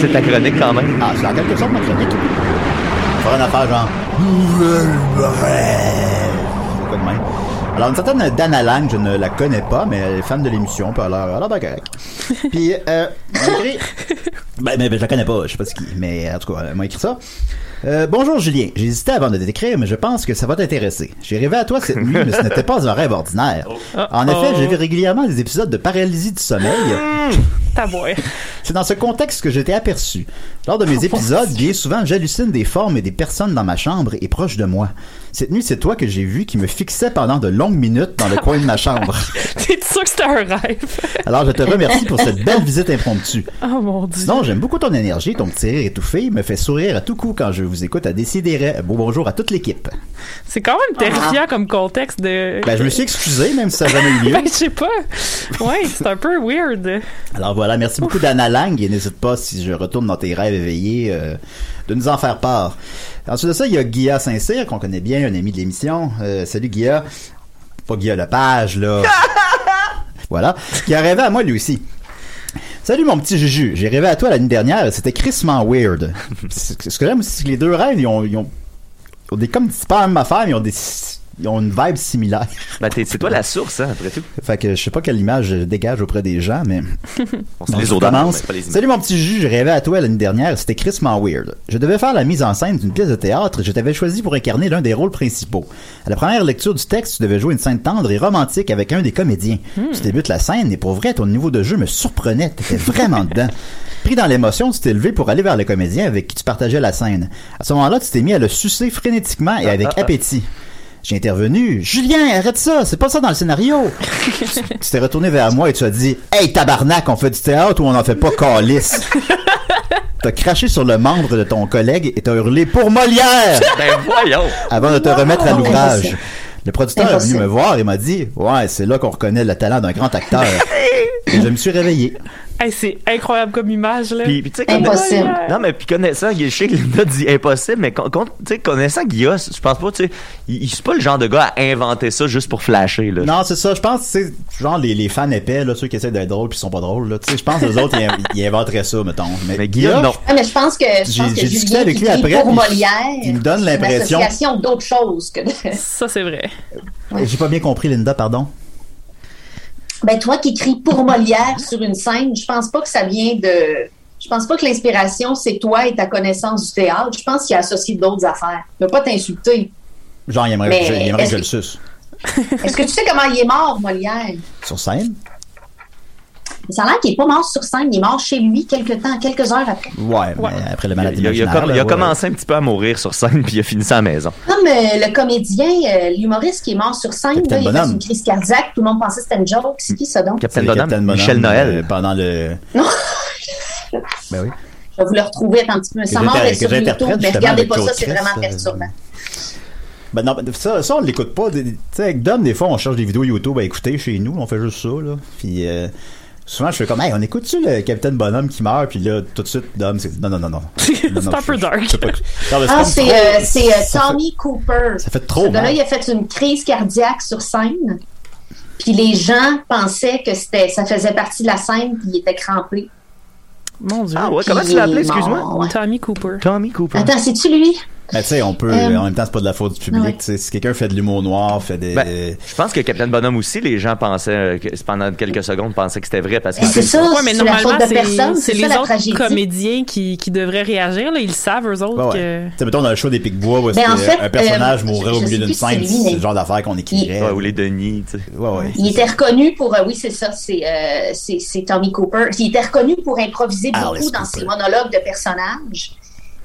C'est ta chronique quand même.
Ah, c'est en quelque sorte ma chronique. On va faire une affaire genre. Nouvelle brève. C'est quoi de même. Alors, une certaine Dana Lang, je ne la connais pas, mais elle est fan de l'émission, puis elle a l'air- elle a l'air bien correcte. Puis, euh, malgré. Ben, ben, ben, je la connais pas, je sais pas ce qui. Mais en tout cas, elle m'a écrit ça. Euh, bonjour Julien, j'hésitais avant de te décrire, mais je pense que ça va t'intéresser. J'ai rêvé à toi cette nuit, mais ce n'était pas un rêve ordinaire. En effet,
Oh.
j'ai vu régulièrement des épisodes de paralysie du sommeil.
T'as boire.
C'est dans ce contexte que j'étais aperçu. Lors de mes épisodes, bien souvent, j'hallucine des formes et des personnes dans ma chambre et proche de moi. Cette nuit, c'est toi que j'ai vu qui me fixait pendant de longues minutes dans le coin de ma chambre.
T'es sûr que c'était un rêve?
Alors, je te remercie pour cette belle visite impromptue.
Oh mon dieu.
Sinon, j'aime beaucoup ton énergie, ton petit rire étouffé me fait sourire à tout coup quand je vous écoute à décider. Beau bonjour à toute l'équipe.
C'est quand même terrifiant comme contexte de.
Ah. Ben, je me suis excusé, même si ça n'a jamais eu lieu.
Ben, je sais pas. Ouais, c'est un peu weird.
Alors voilà, merci beaucoup d'Anna Lang et n'hésite pas si je retourne dans tes rêves éveillés euh, de nous en faire part. Ensuite de ça, il y a Guilla Saint-Cyr qu'on connaît bien, un ami de l'émission. Euh, salut Guilla. Pas Guilla Lepage là. voilà, qui a rêvé à moi lui aussi. Salut mon petit Juju, j'ai rêvé à toi la nuit dernière et c'était crissement weird. C'est- Ce que j'aime aussi, c'est que les deux rêves, ils ont, ils ont, ils ont des comme c'est pas la même affaire, mais ils ont des ils ont une vibe similaire.
Ben, t'es- c'est toi la source, hein, après tout.
Fait que je sais pas quelle image je dégage auprès des gens, mais
On sait
donc,
les
je
odeurs,
commence.
mais pas les images.
Salut mon petit juge, je rêvais à toi l'année dernière, c'était crissement weird. Je devais faire la mise en scène d'une pièce de théâtre et je t'avais choisi pour incarner l'un des rôles principaux. À la première lecture du texte, tu devais jouer une scène tendre et romantique avec un des comédiens. Tu débutes la scène et pour vrai, ton niveau de jeu me surprenait, t'étais vraiment dedans. Pris dans l'émotion, tu t'es levé pour aller vers le comédien avec qui tu partageais la scène. À ce moment-là, tu t'es mis à le sucer frénétiquement et avec appétit. J'ai intervenu. Julien, arrête ça, c'est pas ça dans le scénario. tu tu t'es retourné vers moi et tu as dit Hey tabarnak, on fait du théâtre ou on en fait pas calice. t'as craché sur le membre de ton collègue et t'as hurlé pour Molière
Ben, voyons!
avant de te remettre à l'ouvrage. Le producteur est venu
Impossible.
me voir et m'a dit Ouais, c'est là qu'on reconnaît le talent d'un grand acteur. Et je me suis réveillé.
Hey, c'est incroyable comme image, là.
Puis, puis tu sais, conna-
Impossible.
Non, mais puis connaissant, Guy- je sais que Linda dit impossible, mais con- con- tu sais, connaissant Guilla, je pense pas, tu sais, il, il- c'est pas le genre de gars à inventer ça juste pour flasher, là.
Non, c'est ça. Je pense, c'est genre les, les fans épais, là, ceux qui essaient d'être drôles puis qui sont pas drôles. là. Tu sais, je pense que les autres, ils, ils inventeraient ça, mettons. Mais,
Mais Guilla,
Guilla,
non.
Ah, mais je pense que, je
J'ai-
pense que
j'ai discuté
Julien
avec
qui
lui
crie
après,
pour
il-
Molière,
il me donne
c'est
l'impression-
Une association d'autres choses que de...
Ça, c'est vrai.
J'ai pas bien compris, Linda, pardon.
Ben, toi qui crie pour Molière sur une scène, je pense pas que ça vient de. Je pense pas que l'inspiration, c'est toi et ta connaissance du théâtre. Je pense qu'il a associé d'autres affaires. Ne pas t'insulter.
Genre, il aimerait,
Mais
je- il aimerait que
est-ce
je le
que-
suce.
Est-ce que tu sais comment il est mort, Molière?
Sur scène?
Ça a l'air qu'il est pas mort sur scène, il est mort chez lui quelque temps, quelques heures après.
Ouais, mais après le malade
Il, a, il a
imaginaire,
com-
là,
il a
ouais.
commencé un petit peu à mourir sur scène, puis il a fini ça à la maison.
Comme euh, le comédien, euh, l'humoriste qui est mort sur scène,
Capitaine
là, il a fait
Bonhomme.
une crise cardiaque, tout le monde pensait que c'était une joke. C'est qui ça donc?
C'est
Captain Bonhomme,
Captain Bonhomme,
Michel
euh,
Noël.
pendant le.
Non.
ben oui.
Je vais vous le retrouver un petit peu. Ça mort
j'inter-
est sur
que j'interprète
YouTube, mais
justement
regardez
avec
pas ça,
Claude
c'est
Crest,
vraiment
euh,
perturbant.
Ben non, ben ça, ça on l'écoute pas. Des- Tu sais, avec Dom, des fois, on cherche des vidéos YouTube à écouter chez nous. On fait juste ça, là. Puis euh, souvent, je fais comme, hey, on écoute-tu le Capitaine Bonhomme qui meurt? Puis là, tout de suite, Dom, c'est. Non, non, non, non. Non, non,
C'est un
je-
peu
je-
dark.
je sais pas- Non, mais
Ah,
comme
c'est
trop-
euh, c'est, euh,
ça fait-
Tommy Cooper.
ça fait trop
Ce gars-là,
mal.
il a fait une crise cardiaque sur scène. Puis les gens pensaient que c'était, ça faisait partie de la scène, puis il était crampé.
Mon dieu.
Ah ouais,
Puis
comment tu l'as appelé,
il est mort,
excuse-moi?
ouais.
Tommy Cooper.
Tommy Cooper.
Attends, c'est-tu lui?
Mais tu sais, on peut.
Euh,
en même temps, c'est pas de la faute du public.
ouais.
tu sais, Si quelqu'un fait de l'humour noir, fait des.
Ben, je pense que Captain Bonhomme aussi, les gens pensaient, euh, que, pendant quelques secondes, pensaient que c'était vrai parce
Eh,
que
Ben, c'est ça,
Ouais, mais
c'est la
normalement,
faute de
c'est
personne,
c'est
c'est
les
ça la
autres
tragédie.
comédiens qui, qui devraient réagir. Là. Ils le savent, eux autres.
Ouais, ouais. Tu sais, mettons, dans le show des Pic-Bois, où est-ce
Ben, en
que
fait,
un personnage
euh,
mourrait
je-
au
je
milieu
sais
d'une
plus si
scène,
c'est lui,
c'est
mais-
le genre d'affaire qu'on écrirait.
Ouais, ou les Denis, tu sais.
Ouais, ouais.
Il était reconnu pour, euh, oui, c'est ça, c'est, euh, c'est, c'est Tommy Cooper. Il était reconnu pour improviser
Alice
beaucoup dans
Ah, Cooper.
ses monologues de personnages.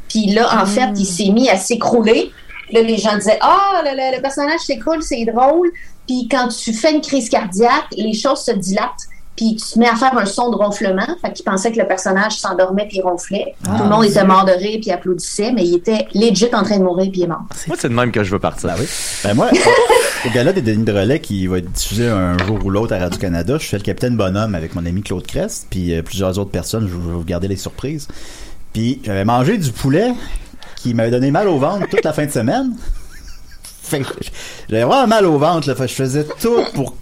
Puis là, en fait, il s'est mis à s'écrouler. Là, les gens disaient Ah, le, le- le personnage s'écroule, c'est drôle. Puis quand tu fais une crise cardiaque, les choses se dilatent. Puis tu te mets à faire un son de ronflement. Fait qu'il pensait que le personnage s'endormait puis ronflait.
Ah,
Tout le monde était mort de rire puis applaudissait, mais il était legit en train de mourir puis il est mort.
Moi, c'est de même que je veux partir.
Ben oui. Ben moi, au- au gala des Denis de Relais qui va être diffusé un jour ou l'autre à Radio-Canada, je fais le capitaine Bonhomme avec mon ami Claude Crest, puis euh, plusieurs autres personnes, je vous- je vais vous garder les surprises. Puis j'avais mangé du poulet qui m'avait donné mal au ventre toute la fin de semaine. Fait que J'avais vraiment mal au ventre, là. Fait que je faisais tout pour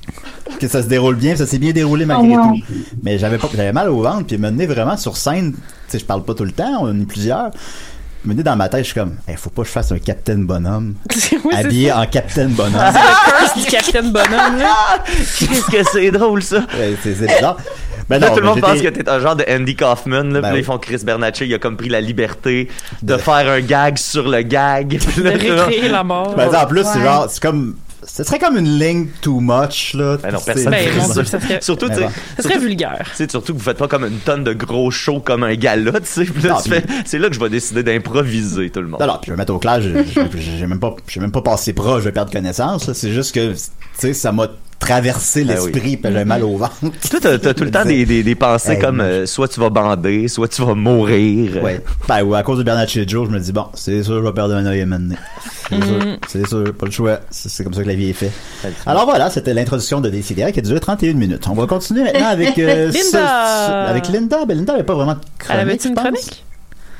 que ça se déroule bien, puis ça s'est bien déroulé malgré tout. Mais j'avais pas, j'avais mal au ventre, puis mener vraiment sur scène, tu sais, je parle pas tout le temps, on est plusieurs. Mener dans ma tête, je suis comme, Hey, faut pas que je fasse un capitaine bonhomme
Que... oui, c'est Ah.
habillé en Captain Bonhomme.
curse du Capitaine Bonhomme. Là.
Qu'est-ce que c'est drôle, ça?
Ouais, c'est c'est bizarre. Ben
Là,
non,
tout le
mais
monde pense que
j'étais- Ben
t'es un genre de Andy Kaufman. Là, puis là,
oui.
ils font Chris Bernatchez, il a comme pris la liberté de faire un gag sur le gag. Puis
De
là,
récréer la mort.
Ben, en plus, c'est
Ouais.
genre, c'est comme Ce serait comme une ligne too much, là.
Ben non,
C'est-
personne
Ben,
ne
mon
fait
Dieu,
ça.
ça serait-
Surtout, tu sais,
Mais bon.
Ce serait
surtout-
vulgaire.
tu sais, surtout que vous faites pas comme une tonne de gros shows comme un gala, tu sais. Puis là,
Non,
tu
puis-
fais- c'est là que je vais décider d'improviser tout le monde.
Non, non, puis je vais mettre au clair, j'ai- j'ai j'ai même pas, j'ai même pas passé proche, je vais perdre connaissance, là. C'est juste que, tu sais, ça m'a traversé
Ben oui.
l'esprit, puis j'ai mal au ventre.
Toi, t'as, t'as tout le temps des, des, des pensées
Hey,
comme
moi,
euh, soit tu vas bander, soit tu vas mourir.
Ouais. Ben, ouais, à cause de Bernard Joe, je me dis, bon, c'est sûr, je vais perdre un œil à mener. C'est
Mm.
sûr, c'est sûr, pas le choix. C'est c'est comme ça que la vie est faite. Alors voilà, c'était l'introduction de Décidéa qui a duré 31 minutes. On va continuer maintenant avec euh,
Linda.
avec Linda. Ben, Linda n'avait pas vraiment de
Elle
chronique.
avait une
je pense.
chronique?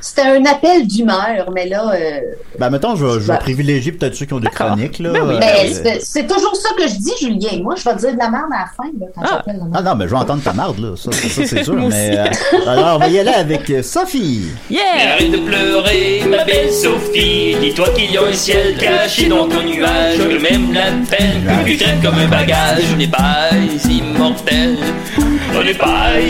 C'était un appel d'humeur, mais là, euh,
Ben, mettons, je vais, je vais
Ben.
privilégier peut-être ceux qui ont des
D'accord.
chroniques, là.
Ben oui.
Euh,
ben, c'est- c'est toujours ça que je dis, Julien. Moi, je vais dire de la merde à la fin, là, quand
Ah.
j'appelle la merde.
Ah non, mais je vais entendre ta marde, là. Ça, ça, ça, c'est sûr.
Moi
mais, euh, alors, on va y aller avec euh, Sophie.
Yeah!
Arrête de pleurer, ma belle Sophie. Dis-toi qu'il y a un ciel caché dans ton nuage. Que même la peine que tu traînes comme un bagage. On n'est pas immortel. On n'est pas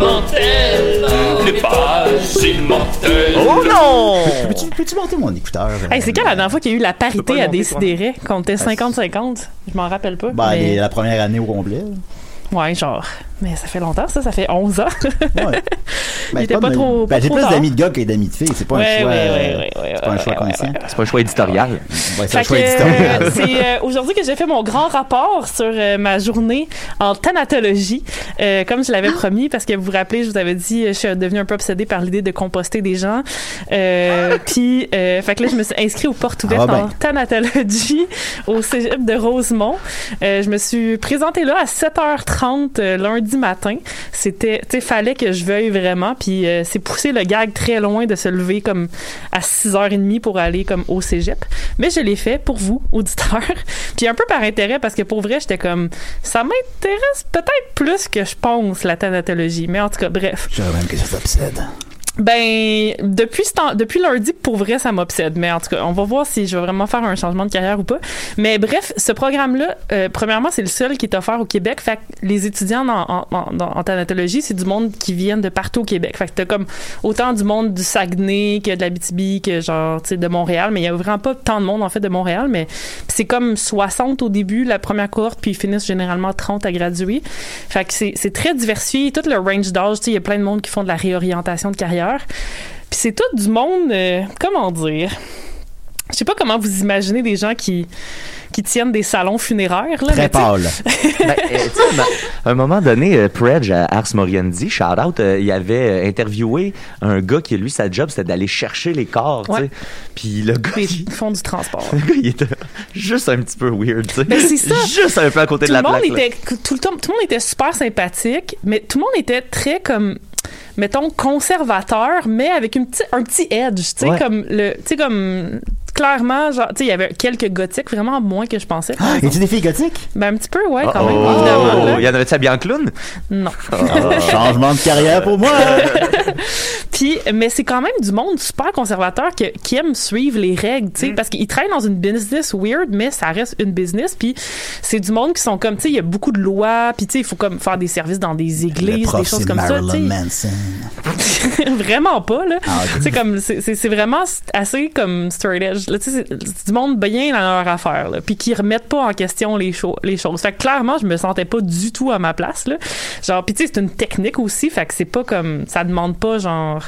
immortel. On n'est pas immortel.
Oh non!
Peux-tu peux-tu monter mon écouteur?
Hey, c'est quand la dernière fois qu'il y a eu la
pas le
parité à
monter,
décider qu'on était 50-50? Je m'en rappelle pas.
Ben,
mais-
les- la première année au complet.
Ouais, genre. Mais ça fait longtemps, ça. Ça fait 11 ans.
Ouais. Ben,
Il
c'est
était pas
de-
trop-
Ben,
pas
j'ai
trop
plus
tard.
d'amis de gars que d'amis de filles. C'est pas un
Ouais,
choix.
ouais,
euh,
ouais, ouais, ouais,
C'est pas un
ouais,
choix
ouais,
conscient.
C'est pas un choix éditorial.
Ouais, c'est
Fait
un choix
que,
éditorial.
euh, c'est euh, aujourd'hui que j'ai fait mon grand rapport sur euh, ma journée en thanatologie, euh, comme je l'avais promis, parce que vous vous rappelez, je vous avais dit, euh, je suis devenue un peu obsédée par l'idée de composter des gens. Euh, Puis, euh, fait que là, je me suis inscrite aux portes ouvertes
Ah, ben.
en thanatologie au cégep de Rosemont. Euh, je me suis présentée là à 7h30 euh, lundi matin. C'était, tu sais, fallait que je veuille vraiment. Puis, euh, c'est poussé le gag très loin de se lever comme à 6h30 pour aller comme au cégep. Mais je l'ai fait pour vous, auditeurs. Puis un peu par intérêt, parce que pour vrai, j'étais comme, ça m'intéresse peut-être plus que je pense, la thanatologie. Mais en tout cas, bref.
Je dirais même que ça t'obsède.
Ben, depuis, ce temps- depuis lundi, pour vrai, ça m'obsède. Mais en tout cas, on va voir si je vais vraiment faire un changement de carrière ou pas. Mais bref, ce programme-là, euh, premièrement, c'est le seul qui est offert au Québec. Fait que les étudiants en, en, en, en thanatologie, c'est du monde qui vient de partout au Québec. Fait que t'as comme autant du monde du Saguenay que de l'Abitibi, que genre, tu sais, de Montréal. Mais il y a vraiment pas tant de monde, en fait, de Montréal. Mais c'est comme 60 au début, la première cohorte, puis ils finissent généralement 30 à graduer. Fait que c'est c'est très diversifié. Tout le range d'âge, tu sais, il y a plein de monde qui font de la réorientation de carrière. Puis c'est tout du monde, euh, comment dire? Je sais pas comment vous imaginez des gens qui, qui tiennent des salons funéraires. Là, mais
Très
tu sais,
pâle.
Ben, euh, tu sais, ben, à un moment donné, euh, Predge à Ars Moriendi, shout out, euh, il avait euh, interviewé un gars qui, lui, sa job, c'était d'aller chercher les corps, tu sais.
Ouais.
Puis le gars,
des-
il-
Ils font du transport.
le gars, il était juste un petit peu weird, tu sais.
Ben, c'est ça.
Juste un peu à côté
tout
de la
le monde
plaque. là.
était tout le temps- tout le monde était super sympathique mais tout le monde était très comme mettons conservateur mais avec une petite- un petit edge tu sais
Ouais.
comme le tu sais comme clairement genre tu sais il y avait quelques gothiques vraiment moins que je pensais
Et tu Ah, des filles gothiques?
ben un petit peu ouais quand
Oh,
même
oh,
évidemment, là.
il y en avait-tu à Bianclown?
non
Ah. Changement de carrière pour moi!
Puis, mais c'est quand même du monde super conservateur que- qui aime suivre les règles, tu sais, parce qu'ils traînent dans une business weird, mais ça reste une business. Puis, c'est du monde qui sont comme, tu sais, il y a beaucoup de lois, puis tu sais, il faut comme faire des services dans des
Le
églises,
prof,
des choses
c'est
comme ça, tu
Marilyn
sais. Ah,
Manson.
vraiment pas là.
Ah, ok.
C'est comme c'est- c'est c'est vraiment st- assez comme straight edge. Là, tu sais, c'est c'est du monde bien dans leur affaire là, puis qui remettent pas en question les, cho- les choses. Fait que clairement, je me sentais pas du tout à ma place là. Genre puis tu sais, c'est une technique aussi, fait que c'est pas comme ça demande pas genre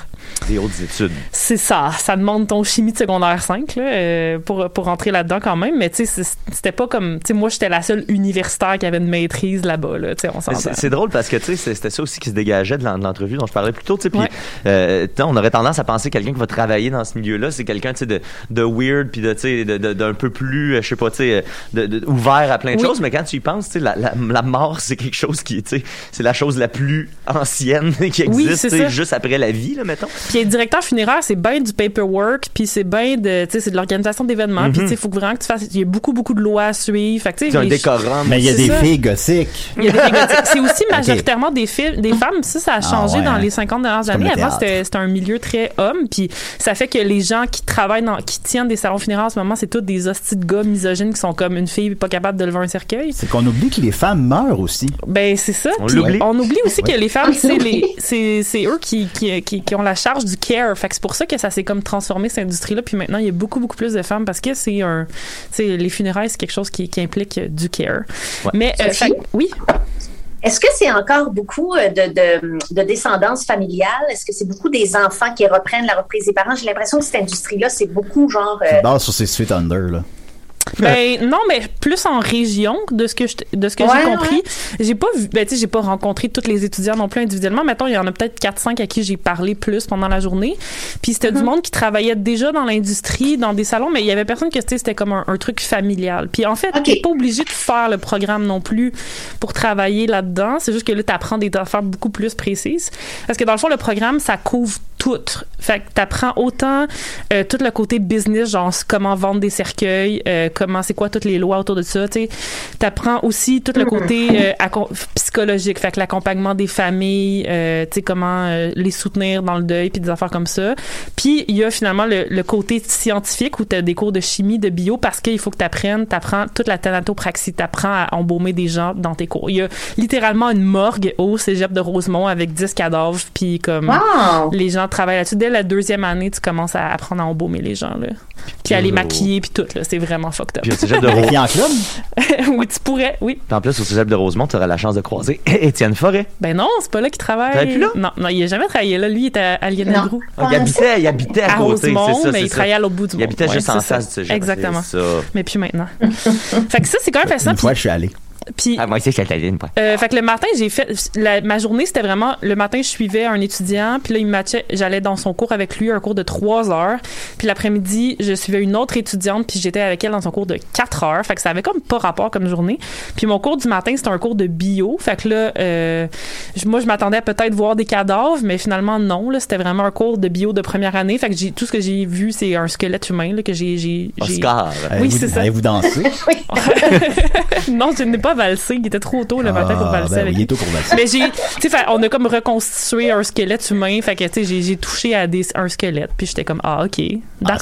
Des hautes études.
c'est ça, ça demande ton chimie de secondaire 5 là, euh, pour pour rentrer là-dedans quand même, mais tu sais c'est- c'était pas comme tu sais moi j'étais la seule universitaire qui avait une maîtrise là-bas là, tu sais on
Mais
s'entend.
C'est c'est drôle parce que tu sais, c'est- c'était ça aussi qui se dégageait de l'en- de l'entrevue dont je parlais plus tôt. tu sais, Puis,
Ouais.
euh, tu sais, on aurait tendance à penser que quelqu'un qui va travailler dans ce milieu-là, c'est quelqu'un tu sais, de, de weird puis de, tu sais, de- de- d'un peu plus, euh, je sais pas, tu sais, euh, de- de- ouvert à plein de
Oui.
choses. Mais quand tu y penses, tu sais, la, la, la mort, c'est quelque chose qui, tu sais, c'est la chose la plus ancienne qui
Oui,
existe,
c'est
tu sais,
ça.
juste après la vie, là, mettons.
Puis être directeur funéraire, c'est bien du paperwork, puis c'est bien de, tu sais, c'est de l'organisation d'événements, puis
Mhm.
tu sais, faut vraiment que tu fasses, il y a beaucoup, beaucoup de lois à suivre. Fait que, tu
C'est
sais,
un
les-
décorum.
Mais il y a
C'est
des
ça.
filles gothiques.
il y a des négatifs. C'est aussi majoritairement des, filles, des femmes. Ça, ça a changé
Ah. ouais,
dans
hein.
les 50 dernières
comme
années.
le
Avant,
théâtre.
c'était c'était un milieu très homme, puis ça fait que les gens qui travaillent dans, qui tiennent des salons funéraires en ce moment, c'est tous des hosties de gars misogynes qui sont comme une fille pas capable de lever un cercueil.
C'est qu'on oublie que les femmes meurent aussi.
Ben c'est ça.
On
Puis
l'oublie.
On oublie aussi
Ouais.
que les femmes, c'est
On
les,
l'oublie.
c'est c'est eux qui qui, qui, qui ont la charge du care. Fait que c'est pour ça que ça s'est comme transformé cette industrie-là. Puis maintenant, il y a beaucoup, beaucoup plus de femmes parce que c'est un. tu sais, les funérailles, c'est quelque chose qui, qui implique euh, du care. Mais euh,
Sophie?
fait- oui.
Est-ce que c'est encore beaucoup euh, de, de, de descendance familiale? Est-ce que c'est beaucoup des enfants qui reprennent la reprise des parents? J'ai l'impression que cette industrie-là, c'est beaucoup genre... euh,
Barre sur ses Sweet Under, là.
Ben non, mais plus en région de ce que je, de ce que
Ouais,
j'ai compris. J'ai pas vu, ben tu sais, j'ai pas rencontré tous les étudiants non plus individuellement. Mettons, il y en a peut-être 4-5 à qui j'ai parlé plus pendant la journée. Puis c'était
Mhm.
du monde qui travaillait déjà dans l'industrie, dans des salons, mais il y avait personne que tu sais, c'était comme un, un truc familial. Puis en fait,
Ok.
t'es pas obligé de faire le programme non plus pour travailler là-dedans. C'est juste que là, t'apprends des affaires beaucoup plus précises. Parce que dans le fond, le programme, ça couvre tout. Fait que t'apprends autant euh, tout le côté business, genre s- comment vendre des cercueils, euh, comment c'est quoi toutes les lois autour de ça. Tu apprends aussi tout le côté euh, acco- psychologique, fait que l'accompagnement des familles, euh, tu sais, comment euh, les soutenir dans le deuil, puis des affaires comme ça. Puis il y a finalement le, le côté scientifique où tu as des cours de chimie, de bio, parce qu'il faut que tu apprennes, tu apprends toute la thanatopraxie, tu apprends à embaumer des gens dans tes cours. Il y a littéralement une morgue au cégep de Rosemont avec 10 cadavres, puis comme
Wow!
les gens travaillent là-dessus. Dès la deuxième année, tu commences à apprendre à embaumer les gens, là. Puis à les
Oh.
maquiller, puis tout, là. C'est vraiment fucked
Puis
up.
au cégep de Rosemont.
Qui en club?
oui, tu pourrais, oui.
Puis en plus, au cégep de Rosemont, tu auras la chance de croiser Étienne Forêt.
Ben non, c'est pas là qu'il
T'avais
travaille.
plus là?
Non, non, il a jamais travaillé là. Lui, il était à, à Lionel
Non.
Groux.
Ah, il habitait, il habitait à,
À
côté,
Rosemont,
c'est ça,
mais
c'est
il
ça.
travaillait à l'autre bout du
Il
monde.
habitait
Ouais,
juste en
c'est ça.
face du cégep.
Exactement.
C'est ça.
Mais plus maintenant. fait que ça, c'est quand même fascinant.
Une fois, je suis allé.
Puis,
Ah, moi, c'est que j'étais allé une fois.
Euh, fait que le matin, j'ai fait la- ma journée, c'était vraiment le matin, je suivais un étudiant, puis là il me matchait, j'allais dans son cours avec lui, un cours de trois heures, puis l'après-midi, je suivais une autre étudiante, puis j'étais avec elle dans son cours de quatre heures. Fait que ça avait comme pas rapport comme journée. Puis mon cours du matin, c'était un cours de bio. Fait que là, euh, je- moi je m'attendais à peut-être voir des cadavres, mais finalement non, là c'était vraiment un cours de bio de première année. Fait que j'ai- tout ce que j'ai vu, c'est un squelette humain là, que j'ai j'ai j'ai-
Oscar.
Oui,
Avez-vous-
c'est ça.
Avez-vous dansé?
non, je n'ai pas valsé, il était trop tôt le matin pour
Ah,
valser
ben
avec
oui, il est tôt pour valser.
mais j'ai, tu sais, fait- on a comme reconstitué un squelette humain. Fait que, tu sais, j'ai- j'ai touché à des, un squelette. Puis j'étais comme, ah, OK,
Ah, son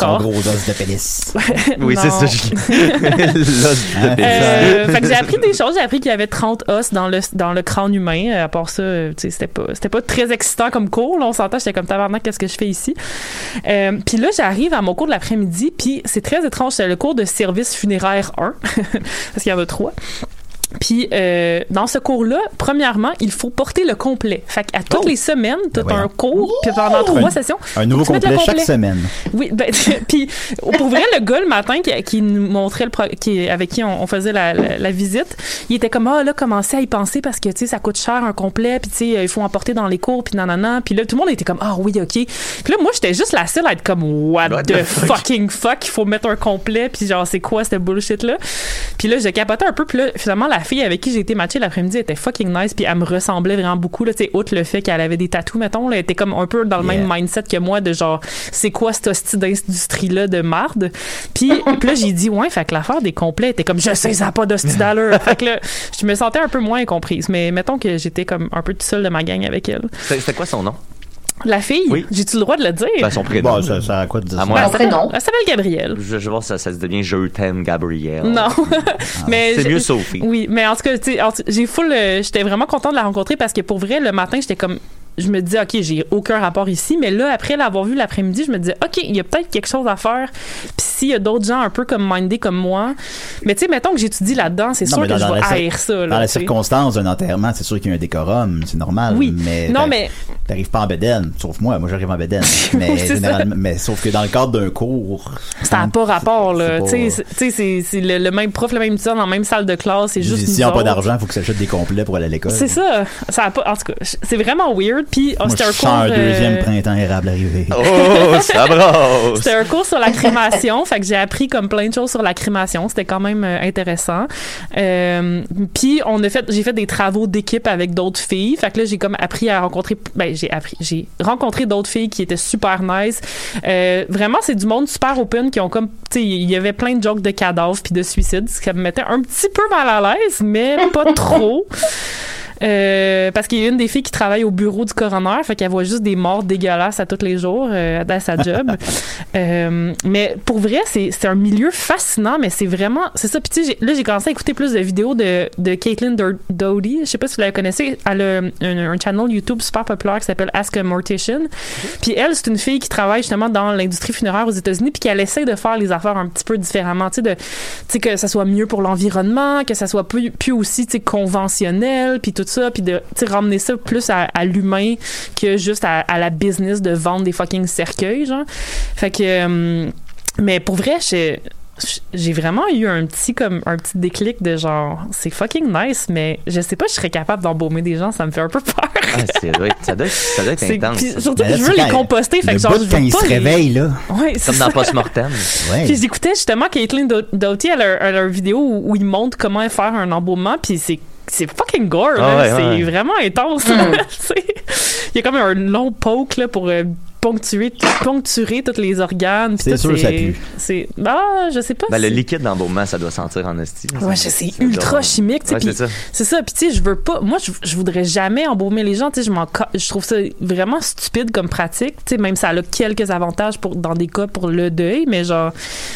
d'accord.
gros os de pénis.
Oui, c'est
Non.
ça. je- L'os de Bézard.
Euh, fait que j'ai appris des choses. J'ai appris qu'il y avait 30 os dans le, dans le crâne humain. Euh, À part ça, euh, tu sais, c'était pas, c'était pas très excitant comme cours. Là, on s'entend, j'étais comme tabarnak, qu'est-ce que je fais ici? Euh, puis là, j'arrive à mon cours de l'après-midi. Puis c'est très étrange. C'est le cours de service funéraire 1. parce qu'il y en a trois. Puis euh, dans ce cours-là, premièrement, il faut porter le complet. Fait qu'à toutes les semaines, tu
Oh! Ben voyons.
un cours, puis pendant trois sessions,
Un nouveau
faut que tu mettes
complet
le
chaque semaine.
oui, ben, puis pour vrai, le gars le matin qui, qui nous montrait le pro qui, avec qui on, on faisait la, la, la visite, il était comme ah là, commencez à y penser parce que tu sais ça coûte cher un complet, puis tu sais il faut en porter dans les cours, puis nanana, puis là tout le monde était comme ah oui ok, puis là moi j'étais juste la seule à être comme what,
What
the,
the fuck?
fucking fuck, il faut mettre un complet, puis genre c'est quoi cette bullshit là, puis là j'ai capoté un peu, puis là finalement la fille avec qui j'ai été matchée l'après-midi était fucking nice, puis elle me ressemblait vraiment beaucoup là, tu sais outre le fait qu'elle avait des tatous mettons, là, elle était comme un peu dans le
Yeah.
même mindset que moi de genre c'est quoi cette hostie d'industrie là de marde puis, puis là j'ai dit ouais fait que l'affaire des complets était comme je sais ça a pas d'hostie d'allure fait que là je me sentais un peu moins incomprise mais mettons que j'étais comme un peu tout seul de ma gang avec elle
C'était c'était quoi son nom?
la fille
Oui.
j'ai-tu le droit de le dire
Ben, son prénom.
Bon, ça, ça a quoi de dire
À
ça?
moi.
Son prénom.
elle s'appelle Gabrielle
Je, je vois ça, ça se devient Je t'aime, Gabriel.
non
Ah,
mais
C'est
je-
mieux Sophie.
Oui, mais en tout cas, tu sais, en tout- j'ai full. euh, j'étais vraiment contente de la rencontrer parce que pour vrai, le matin, j'étais comme. Je me dis, OK, j'ai aucun rapport ici, mais là, après l'avoir vu l'après-midi, je me dis, OK, il y a peut-être quelque chose à faire. Puis s'il y a d'autres gens un peu comme mindés comme moi, mais tu sais, mettons que j'étudie là-dedans, c'est
Non,
sûr
mais
que je vais
la cir-
haïr ça. là,
dans la
tu sais.
circonstance d'un enterrement, c'est sûr qu'il y a un décorum, c'est normal.
Oui.
Mais
Non,
t'arri-
mais-
T'arrives pas en bedaine, sauf moi. Moi, j'arrive en bedaine. mais,
c'est ça.
généralement, mais sauf que dans le cadre d'un cours.
Ça n'a pas rapport, là. Tu sais,
c'est
c'est- tu sais, c'est c'est le, le même prof, le même étudiant dans la même salle de classe, c'est juste. nous
S'ils n'ont pas
autres.
d'argent, faut que ça achète des complets pour aller à l'école.
C'est ça. ça a pas, en tout cas, c'est vraiment weird. Puis, oh,
Moi,
c'était
je
un
sens
cours.
un
euh,
deuxième printemps érable arriver.
Oh, ça brosse!
C'était un cours sur la crémation, fait que j'ai appris comme plein de choses sur la crémation. C'était quand même euh, intéressant. Euh, puis on a fait, j'ai fait des travaux d'équipe avec d'autres filles. Fait que là j'ai comme appris à rencontrer, ben j'ai appris, j'ai rencontré d'autres filles qui étaient super nice. Euh, vraiment c'est du monde super open qui ont comme, tu sais, il y avait plein de jokes de cadavres puis de suicides, ce qui me mettait un petit peu mal à l'aise, mais pas trop. Euh, parce qu'il y a une des filles qui travaille au bureau du coroner, fait qu'elle voit juste des morts dégueulasses à tous les jours euh, à sa job. Euh, mais pour vrai, c'est c'est un milieu fascinant, mais c'est vraiment. C'est ça. Puis tu sais, j'ai- là, j'ai commencé à écouter plus de vidéos de, de Caitlin Dur- Doughty. Je sais pas si vous la connaissez. Elle a un, un channel YouTube super populaire qui s'appelle Ask a Mortician. Puis elle, c'est une fille qui travaille justement dans l'industrie funéraire aux États-Unis, puis qu'elle essaie de faire les affaires un petit peu différemment. Tu sais, de- tu sais, que ça soit mieux pour l'environnement, que ça soit plus, plus aussi tu sais, conventionnel, puis tout ça, puis de tu sais, ramener ça plus à, à l'humain que juste à, à la business de vendre des fucking cercueils, genre. Fait que. euh, mais pour vrai, j'ai j'ai vraiment eu un petit comme un petit déclic de genre c'est fucking nice mais je sais pas je serais capable d'embaumer des gens ça me fait un peu peur
Ah, c'est vrai. Ça doit être, ça doit être
C'est-
intense.
puis
ça.
surtout
Ben là,
que je
c'est
veux les
quand-
composter fait
le
que genre
bout
je veux
quand il
pas
se
les-
réveille, là.
ouais, c'est
Comme dans
ça.
Post-Mortem.
Ouais.
Puis j'écoutais justement Caitlin Dou- Doughty à leur, à leur vidéo où, où ils montrent comment faire un embaumement, puis c'est c'est fucking gore,
Ah
là.
ouais,
c'est
ouais.
vraiment intense. là. C'est- Il y a comme un long poke là, pour euh, ponctuer, poncturer tous les organes. puis
C'est
tout,
sûr, ça pue.
C'est ah, je sais pas.
Ben, le
si-
liquide d'embaumement, ça doit sentir en esti.
Ouais, je sais, ultra chimique, tu sais,
Ouais,
puis
c'est ça.
c'est ça. Puis tu sais, je veux pas. Moi, je, je voudrais jamais embaumer les gens. Tu sais, je m'en, ca- je trouve ça vraiment stupide comme pratique. Tu sais, même ça a quelques avantages pour dans des cas pour le deuil, mais genre,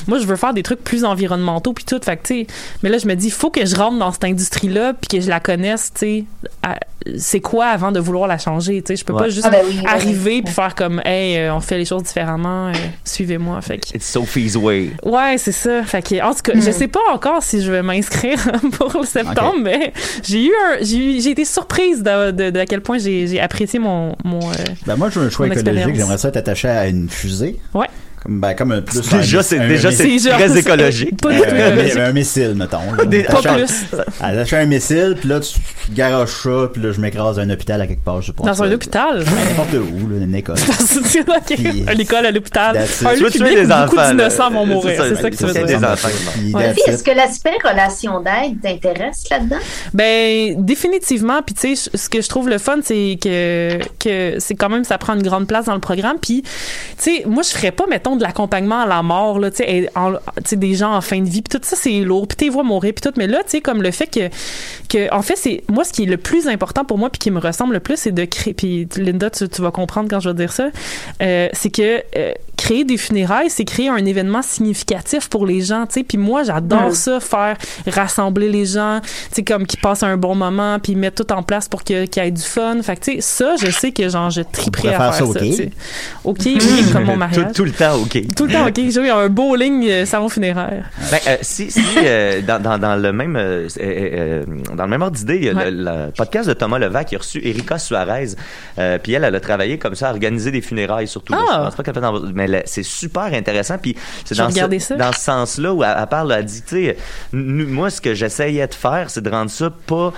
moi, je veux faire des trucs plus environnementaux puis tout. Fait que tu sais, mais là, je me dis, faut que je rentre dans cette industrie-là puis que je la connaisse. Tu sais, à- c'est quoi avant de vouloir la changer. Tu sais, je peux
Ouais.
pas juste
Ah ben oui, oui,
arriver puis faire comme, hey, euh, on fait les choses différemment. euh, suivez-moi. Fait que
It's Sophie's way.
Ouais, c'est ça. Fait que, en tout cas,
Hmm.
je sais pas encore si je vais m'inscrire pour le septembre, mais j'ai eu un, j'ai eu- j'ai été surprise de, de, de à quel point j'ai j'ai apprécié mon, mon, euh,
Ben moi, j'ai un choix
Mon
écologique.
expérience.
J'aimerais ça être attaché à une fusée.
Ouais.
Comme, ben, comme un plus.
Déjà,
un- Euh,
c'est
un-
déjà,
un-
c'est
genre-
très écologique.
Pas
un-
du tout
un-
écologique.
un missile, mettons. là.
Des-
Pas
Attaché à-
plus.
Attaché à un missile, puis là, tu tu garoches ça, puis là, je m'écrase à un hôpital à quelque part, je sais pas.
Dans un
Ça,
hôpital.
N'importe où, là, une école.
Ok, Une école à l'hôpital.
That's it.
Un
Tu
lieu
veux tuer
public où
des enfants.
beaucoup
là.
d'innocents vont mourir. C'est ça que tu veux
c'est
dire.
des enfants qui meurent.
Puis
Ouais.
that's
Sophie,
it.
est-ce que l'aspect relation d'aide t'intéresse là-dedans?
Ben définitivement, puis tu sais, je- ce que je trouve le fun, c'est que que c'est quand même ça prend une grande place dans le programme. Puis tu sais, moi je ferais pas mettons de l'accompagnement à la mort là, tu sais, et en- tu sais, des gens en fin de vie, puis tout ça c'est lourd, puis t'es vois mourir, puis tout. Mais là, tu sais, comme le fait que que en fait c'est moi ce qui est le plus important pour moi puis qui me ressemble le plus, c'est de créer. Puis Linda, tu, tu vas comprendre quand je vais dire ça, euh, c'est que euh, créer des funérailles, c'est créer un événement significatif pour les gens, tu sais. Puis moi j'adore ça faire rassembler les gens, tu sais, comme qu'ils passent un bon moment, puis ils mettent tout en place pour que- qu'il y ait du fun. Fait que, tu sais, ça, je sais que, genre, je triperais
pourrait
à faire,
faire ça
ça.
au
tu
quai.
sais. OK, oui, comme mon
tout,
mariage.
tout le temps, OK.
Tout le temps, OK, j'ai eu un beau ligne euh, salon funéraire.
Ben, euh, si si euh, dans, dans, dans le même euh, euh, euh, dans le même ordre d'idée, il y a
Ouais.
le, le podcast de Thomas Levac qui a reçu Erika Suarez, euh, puis elle, elle a travaillé comme ça, à organiser des funérailles surtout. là.
Ah!
Je pense pas qu'elle fait dans- mais là, c'est super intéressant. Puis c'est
Je vais
dans,
regarder
ce-
ça.
dans ce sens-là où elle, elle parle, elle dit, tu sais, nous- moi ce que j'essayais de faire, c'est de rendre ça pas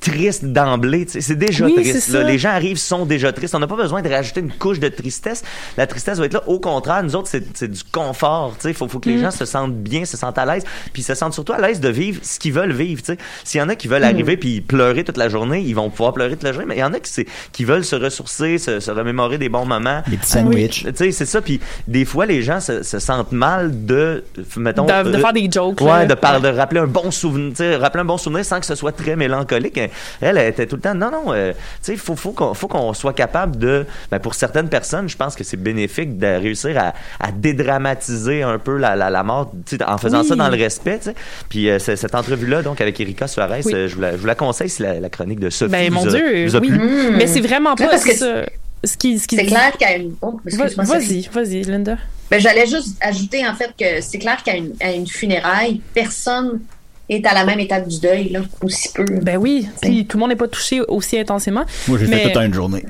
triste d'emblée, tu sais. c'est déjà
Oui,
triste.
c'est
là.
ça.
Les gens arrivent, sont déjà tristes. On n'a pas besoin de rajouter une couche de tristesse. La tristesse va être là. Au contraire, nous autres, c'est c'est du confort. Il faut, faut
Mm.
que les gens se sentent bien, se sentent à l'aise, puis se sentent surtout à l'aise de vivre ce qu'ils veulent vivre. tu sais. S'il y en a qui veulent
Mm.
arriver puis pleurer toute la journée, ils vont pouvoir pleurer toute la journée, mais il y en a qui, c'est- qui veulent se ressourcer, se, se remémorer des bons moments. Ah
Des petits sandwichs.
Tu sais, c'est ça. Puis des fois, les gens se, se sentent mal de, mettons,
De- de
euh,
faire des jokes,
Ouais,
là.
de par- de rappeler un bon souvenir, tu sais, rappeler un bon souvenir sans que ce soit très mélancolique. Elle, elle était tout le temps, non, non, euh, tu sais, faut, faut qu'on, faut qu'on soit capable de, ben, pour certaines personnes, je pense que c'est bénéfique de réussir à, à dédramatiser un peu la, la, la mort, tu sais, en faisant
Oui.
ça dans le respect, tu sais. Puis euh, c'est- cette entrevue-là, donc, avec Erika Suarez,
Oui.
euh, je, vous la, je vous la conseille, c'est la, la chronique de Sophie.
Ben,
vous
mon
a-
Dieu,
vous a
oui.
plu.
Hmm.
Mais c'est vraiment pas
Mm. parce que
ça. Ce qui, ce qui
C'est clair qu'il y a une. oh,
Va-
excuse-moi, Sophie.
Vas-y, vas-y, Linda.
Ben, J'allais juste ajouter, en fait, que c'est clair qu'à une, à une funéraille, personne est à la même étape du deuil, là, aussi peu.
Ben oui, si tout le monde n'est pas touché aussi intensément.
Moi, j'ai
Mais-
fait toute une journée.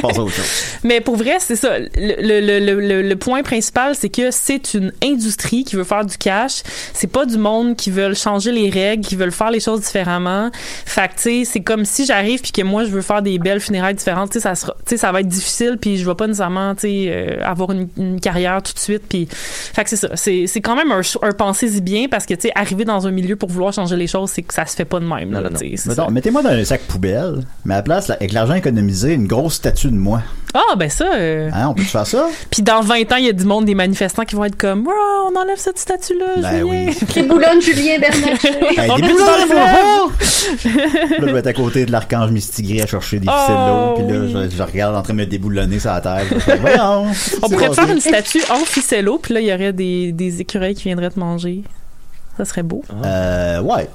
Pense à autre chose.
Mais pour vrai, c'est ça. Le, le, le, le, le point principal, c'est que c'est une industrie qui veut faire du cash. C'est pas du monde qui veulent changer les règles, qui veulent faire les choses différemment. Fait que, tu sais, c'est comme si j'arrive puis que moi, je veux faire des belles funérailles différentes. Tu sais, ça, sera- tu sais, ça va être difficile puis je vais pas nécessairement, tu sais, euh, avoir une, une carrière tout de suite. Puis, fait que c'est ça. C'est c'est quand même un, cho- un pensez-y bien parce que, tu sais, arriver dans un milieu pour vouloir changer les choses, c'est que ça se fait pas de même.
Non,
là,
non, non.
tu sais, c'est ça.
Mettons, mettez-moi dans un sac poubelle, mais à la place, là, avec l'argent économisé, une grosse statue de moi.
Ah, Ah, ben ça. euh,
Hein, on peut faire ça?
Puis dans 20 ans, il y a du monde, des manifestants qui vont être comme, Wow, on enlève cette statue-là.
Ben
Julien.
oui.
C'est Boulogne, Julien Bernatchez.
Hey,
On
des
est
petits
dans
dans
le
le fleuve! Là, je vais être à côté de l'archange mystigré à chercher des
Oh,
ficelles d'eau. Puis là,
oui.
je, je regarde en train de me déboulonner sur la terre. Je fais, Voyons!
On
c'est
pourrait
passé.
faire une statue en ficello, puis là, il y aurait des, des écureuils qui viendraient te manger. Ça serait beau.
Euh, ouais.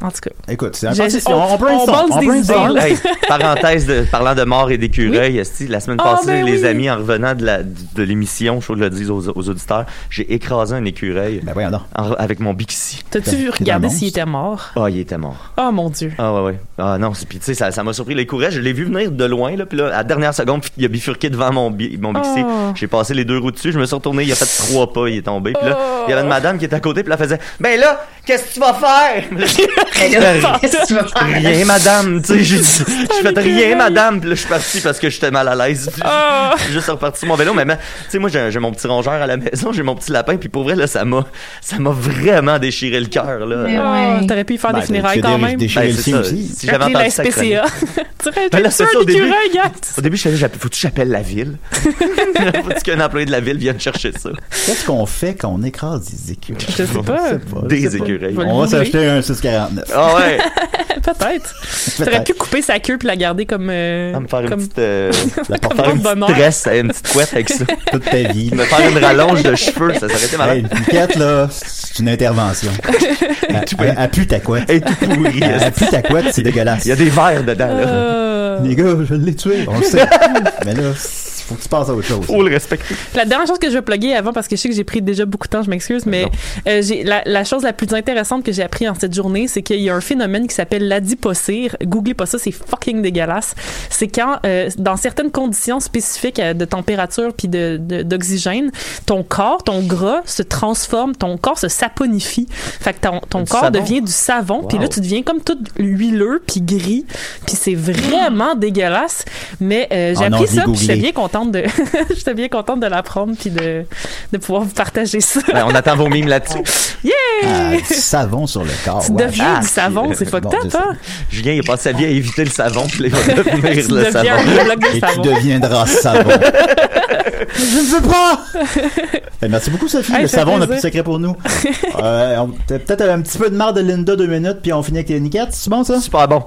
En tout cas.
Écoute, c'est un
J'ai-
parti-
on-
On, on brainstorm,
on
on
balance des
brainstorm.
idées, là.
Hey, parenthèse de, parlant de mort et d'écureuil, esti, la semaine
Ah,
passée,
ben
les
oui.
amis, en revenant de la- de l'émission, je le dis aux, aux auditeurs, j'ai écrasé un écureuil
Ben voyons donc.
en- Ah, avec mon Bixi.
T'as-tu vu
C'est un
regarder
monstre.
s'il était mort?
Ah, il était mort.
Oh mon Dieu.
Ah ouais, ouais. Ah non, c'est- puis tu sais, ça ça m'a surpris. L'écureuil, je l'ai vu venir de loin, là, puis là, à la dernière seconde, il a bifurqué devant mon, bi- mon Bixi.
Oh.
J'ai passé les deux roues dessus, je me suis retourné, il a fait trois pas, il est tombé. Puis là, il
Oh.
y avait une madame qui était à côté, puis là, elle faisait « Ben là, qu'est-ce que tu vas faire? »
Mais Ben là, Qu'est-ce que tu vas faire?
rien madame tu sais j'ai dit- je fais rien madame puis là je suis parti parce que j'étais mal à l'aise Puis
Ah.
je suis juste reparti sur mon vélo mais mais, tu sais moi j'ai j'ai mon petit rongeur à la maison j'ai mon petit lapin puis pour vrai là ça m'a ça m'a vraiment déchiré le cœur là
Mais
Ah,
ouais.
T'aurais pu y faire
Ben,
des funérailles
tu fais
quand
des-
même.
des-
Ben,
J'ai
c'est
le
ça.
signe aussi.
Si j'avais
Appeler
entendu
la
sa chronique.
SPCA. tu aurais
Ben là, c'est ça, au début.
écureuil, gars.
Au début, je savais, faut-tu que j'appelle la ville? Faut-tu qu'un employé de la ville vienne chercher ça?
Qu'est-ce qu'on fait quand on écrase des écureuils?
Je sais pas.
Des écureuils.
Faut le
On va
googler.
s'acheter un 649.
Ah ouais!
Peut-être. T'aurais
Peut-être.
pu couper sa queue puis la garder comme. euh,
On va me faire une
comme-
petite, euh,
La porte
faire
Comme
une
bonheur.
petite tresse, une petite couette avec ça.
toute ta vie.
Me faire une rallonge de cheveux, ça s'arrêtait
Hey,
malade.
une piquette, là, c'est une intervention. Elle- Elle elle pue ta couette.
Et tout pourri.
Elle pue ta couette, c'est dégueulasse.
Il y a des verres dedans, là.
Euh,
Les gars, je l'ai tué. On le sait. Mais là, faut que tu passes à autre chose.
Faut le respecter.
La dernière chose que je vais plugger avant, parce que je sais que j'ai pris déjà beaucoup de temps, je m'excuse, mais euh, j'ai la, la chose la plus intéressante que j'ai appris en cette journée, c'est qu'il y a un phénomène qui s'appelle l'adipocire. Googlez pas ça, c'est fucking dégueulasse. C'est quand, euh, dans certaines conditions spécifiques euh, de température puis de- de- d'oxygène, ton corps, ton gras se transforme, ton corps se saponifie. Fait que ton, ton
Du
corps
savon.
devient du savon, puis
Wow.
là, tu deviens comme tout huileux puis gris, puis c'est vraiment dégueulasse. Mais euh, j'ai
Ah non,
appris
je l'ai
ça, puis j'étais
googlé.
bien contente de... J'étais bien contente de l'apprendre puis de, de pouvoir vous partager ça.
Ben, on attend vos mimes là-dessus.
Ah, du savon sur le corps.
Tu
ouais.
deviens
ah,
du savon, c'est
bon,
fucked up,
c'est ça.
hein?
Julien, il passe sa vie à éviter le savon, puis là, il va devenir
Tu
le
deviens
savon.
un bloc de
Et tu
savon.
deviendras savon. je ne veux pas! Eh, merci beaucoup, Sophie.
Hey,
le
ça fait
savon, on a plus de
plaisir.
secret pour nous. Euh, on- t'as peut-être un petit peu de marre de Linda deux minutes, puis on finit avec les niquettes. C'est bon, ça?
Super bon.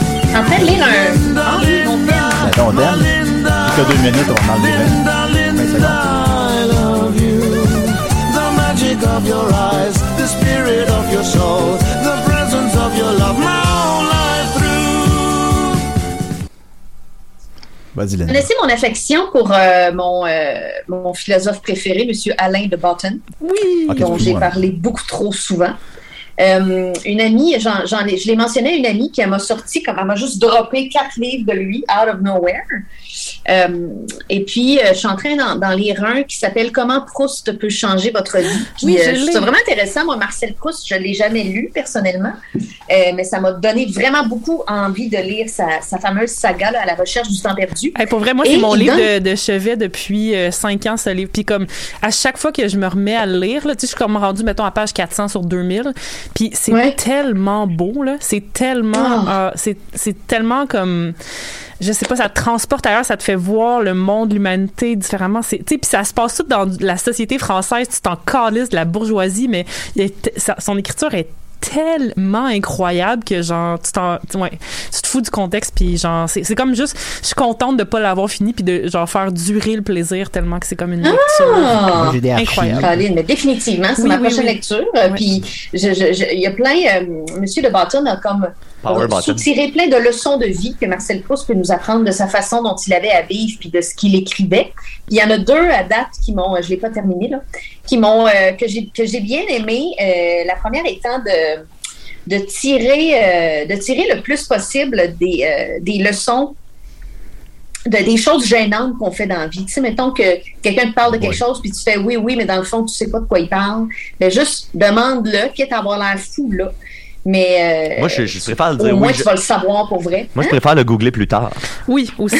En fait, lire un. Ah, mon Dieu.
Ben, on t'aime. Jusqu'à deux minutes, on va en enlever vingt. Vingt secondes. Vas-y,
Je
Linda.
vais laisser mon affection pour euh, mon, euh, mon philosophe préféré, M. Alain de Botton,
Oui!
Ok,
dont j'ai
excuse-moi.
parlé beaucoup trop souvent. Euh, une amie, j'en, j'en ai, je l'ai mentionné à une amie qui elle m'a sorti, comme elle m'a juste droppé quatre livres de lui, out of nowhere. Euh, et puis, euh, je suis en train d'en, d'en lire un qui s'appelle Comment Proust peut changer votre vie. Puis,
Oui, je
euh,
l'ai.
c'est vraiment intéressant. Moi, Marcel Proust, je ne l'ai jamais lu personnellement, euh, mais ça m'a donné vraiment beaucoup envie de lire sa, sa fameuse saga là, à la recherche du temps perdu.
Hey, pour vrai, moi,
Et
c'est mon
il
livre
donne-
de, de chevet depuis 5 ans, ce livre. Puis comme, à chaque fois que je me remets à le lire, là, tu sais, je suis comme rendue, mettons, à page 400 sur 2000. Puis c'est
Ouais.
tellement beau, là. C'est tellement...
Oh.
euh, c'est c'est tellement comme... Je sais pas, ça te transporte ailleurs, ça te fait voir le monde, l'humanité différemment. C'est- Tu sais, puis ça se passe tout dans la société française. Tu t'en calisses de la bourgeoisie, mais il est t- sa- son écriture est tellement incroyable que genre tu t'en tu- ouais, tu te fous du contexte puis genre c'est c'est comme juste je suis contente de pas l'avoir fini puis de genre faire durer le plaisir tellement que c'est comme une lecture
Ah!
Moi, j'ai des archives.
Incroyable.
Caroline, mais définitivement, c'est
Oui,
ma
oui,
prochaine
oui.
lecture. Euh,
Oui.
Puis, je- je- je- il y a plein, euh, Monsieur de Botton a comme euh,
Power button.
soutiré plein de leçons de vie que Marcel Proust peut nous apprendre de sa façon dont il avait à vivre puis de ce qu'il écrivait. Il y en a deux à date qui m'ont, euh, je l'ai pas terminé là, qui m'ont euh, que j'ai que j'ai bien aimé. Euh, la première étant de de tirer euh, de tirer le plus possible des euh, des leçons de, des choses gênantes qu'on fait dans la vie. Tu sais, mettons que quelqu'un te parle de quelque chose, puis tu fais oui, oui, mais dans le fond, tu sais pas de quoi il parle. Mais juste demande-le, quitte à avoir l'air fou, là. Mais euh,
Moi, je, je préfère le
au
dire
moins,
oui.
tu
je-
vas le savoir pour vrai.
Moi, je préfère le googler plus tard.
oui aussi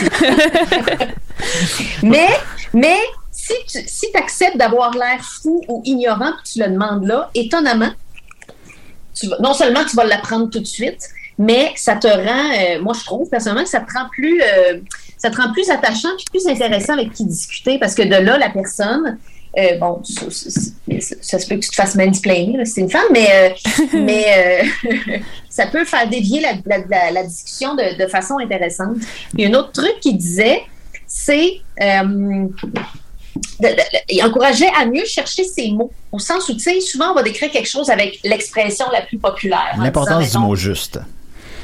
Mais, mais si tu si acceptes d'avoir l'air fou ou ignorant, puis tu le demandes là, étonnamment, tu vas- non seulement tu vas l'apprendre tout de suite, mais ça te rend, euh, moi je trouve personnellement que ça te rend plus, euh, ça te rend plus attachant puis plus intéressant avec qui discuter parce que de là, la personne, euh, bon, ça, ça- ça- ça se peut que tu te fasses mansplainer, là, c'est une femme, mais, euh, mais euh, ça peut faire dévier la, la- la- la discussion de, de façon intéressante. Il y a un autre truc qu'il disait, c'est euh, de- de- il encourageait à mieux chercher ses mots, au sens où, tu sais, souvent on va décrire quelque chose avec l'expression la plus populaire. en
L'importance du
disant,
mot juste.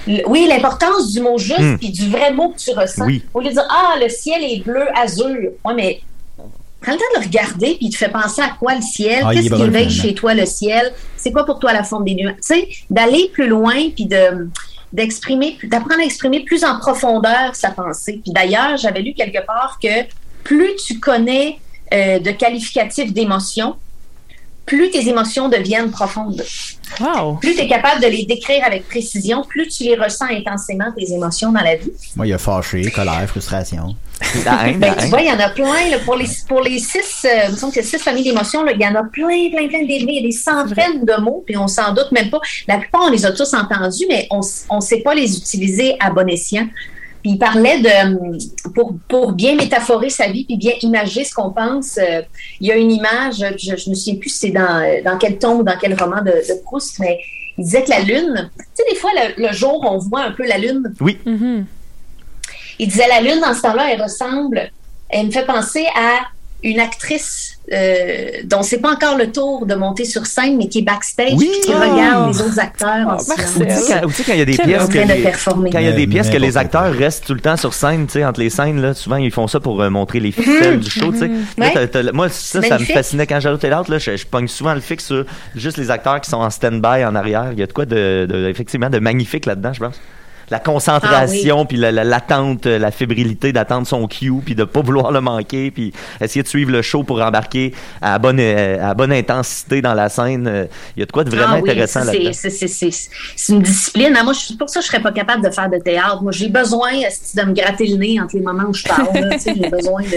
le- Oui, l'importance du mot juste
Hmm.
Mm.
puis du vrai mot que tu ressens.
Oui.
Au lieu de dire Ah, le ciel est bleu, azur. Oui, mais prends le temps de le regarder puis tu fais penser à quoi le ciel,
Ah, il est
qu'est-ce qui
brun,
éveille
finalement.
chez toi le ciel, c'est quoi pour toi la forme des nuages. Tu sais, d'aller plus loin puis de d'exprimer, d'apprendre à exprimer plus en profondeur sa pensée. Puis d'ailleurs, j'avais lu quelque part que plus tu connais euh, de qualificatifs d'émotions, plus tes émotions deviennent profondes
Wow.
plus tu es capable de les décrire avec précision, plus tu les ressens intensément, tes émotions dans la vie.
Moi, il y a fâché, colère, frustration.
La haine,
Ben,
la
tu
haine.
vois, il y en a plein. là, pour, les, pour les six, euh, il me semble que six familles d'émotions, là, il y en a plein, plein, plein, des, des centaines de mots, puis on s'en doute même pas. La plupart, on les a tous entendus, mais on s- on sait pas les utiliser à bon escient. Puis il parlait de, hum, pour, pour bien métaphorer sa vie, puis bien imager ce qu'on pense, euh, il y a une image, je, je me souviens plus si c'est dans, euh, dans quel tombe ou dans quel roman de, de Proust, mais il disait que la lune, tu sais, des fois, le- le jour, on voit un peu la lune
Mhm.
il disait la lune dans ce temps-là, elle ressemble, elle me fait penser à une actrice euh, dont c'est pas encore le tour de monter sur scène, mais qui est backstage,
Oui!
puis qui
Oh!
regarde les autres acteurs en
Oh, merci.
silence,
Ou tu sais, quand- ou tu sais, quand il y a des
Quel
en
pièces que
train de
les-
performer.
Quand il y a
Mais
des pièces que les
n'importe quoi.
acteurs restent tout le temps sur scène, tu sais, entre les scènes, là, souvent ils font ça pour euh, montrer les ficelles du show, tu sais. Là,
Mhm, Ouais.
t'as- t'as- Moi, ça, ça me
magnifique.
fascinait quand j'allais au théâtre, là, je, je pogne souvent le fixe sur juste les acteurs qui sont en stand-by en arrière. Il y a de quoi de, de- effectivement, de magnifique là-dedans, je pense. La concentration,
Ah
puis la- la- l'attente, euh, la, fébrilité d'attendre son cue, puis de pas vouloir le manquer, puis essayer de suivre le show pour embarquer à bonne, euh, à bonne intensité dans la scène. Euh, Il y a de quoi de vraiment
Ah oui,
intéressant
ça,
là-dedans.
c'est- c'est- C'est c'est- c'est une discipline. Ah, moi, je, pour ça, je serais pas capable de faire de théâtre. Moi, j'ai besoin esti, de me gratter le nez entre les moments où je parle. là, tu sais, j'ai besoin de.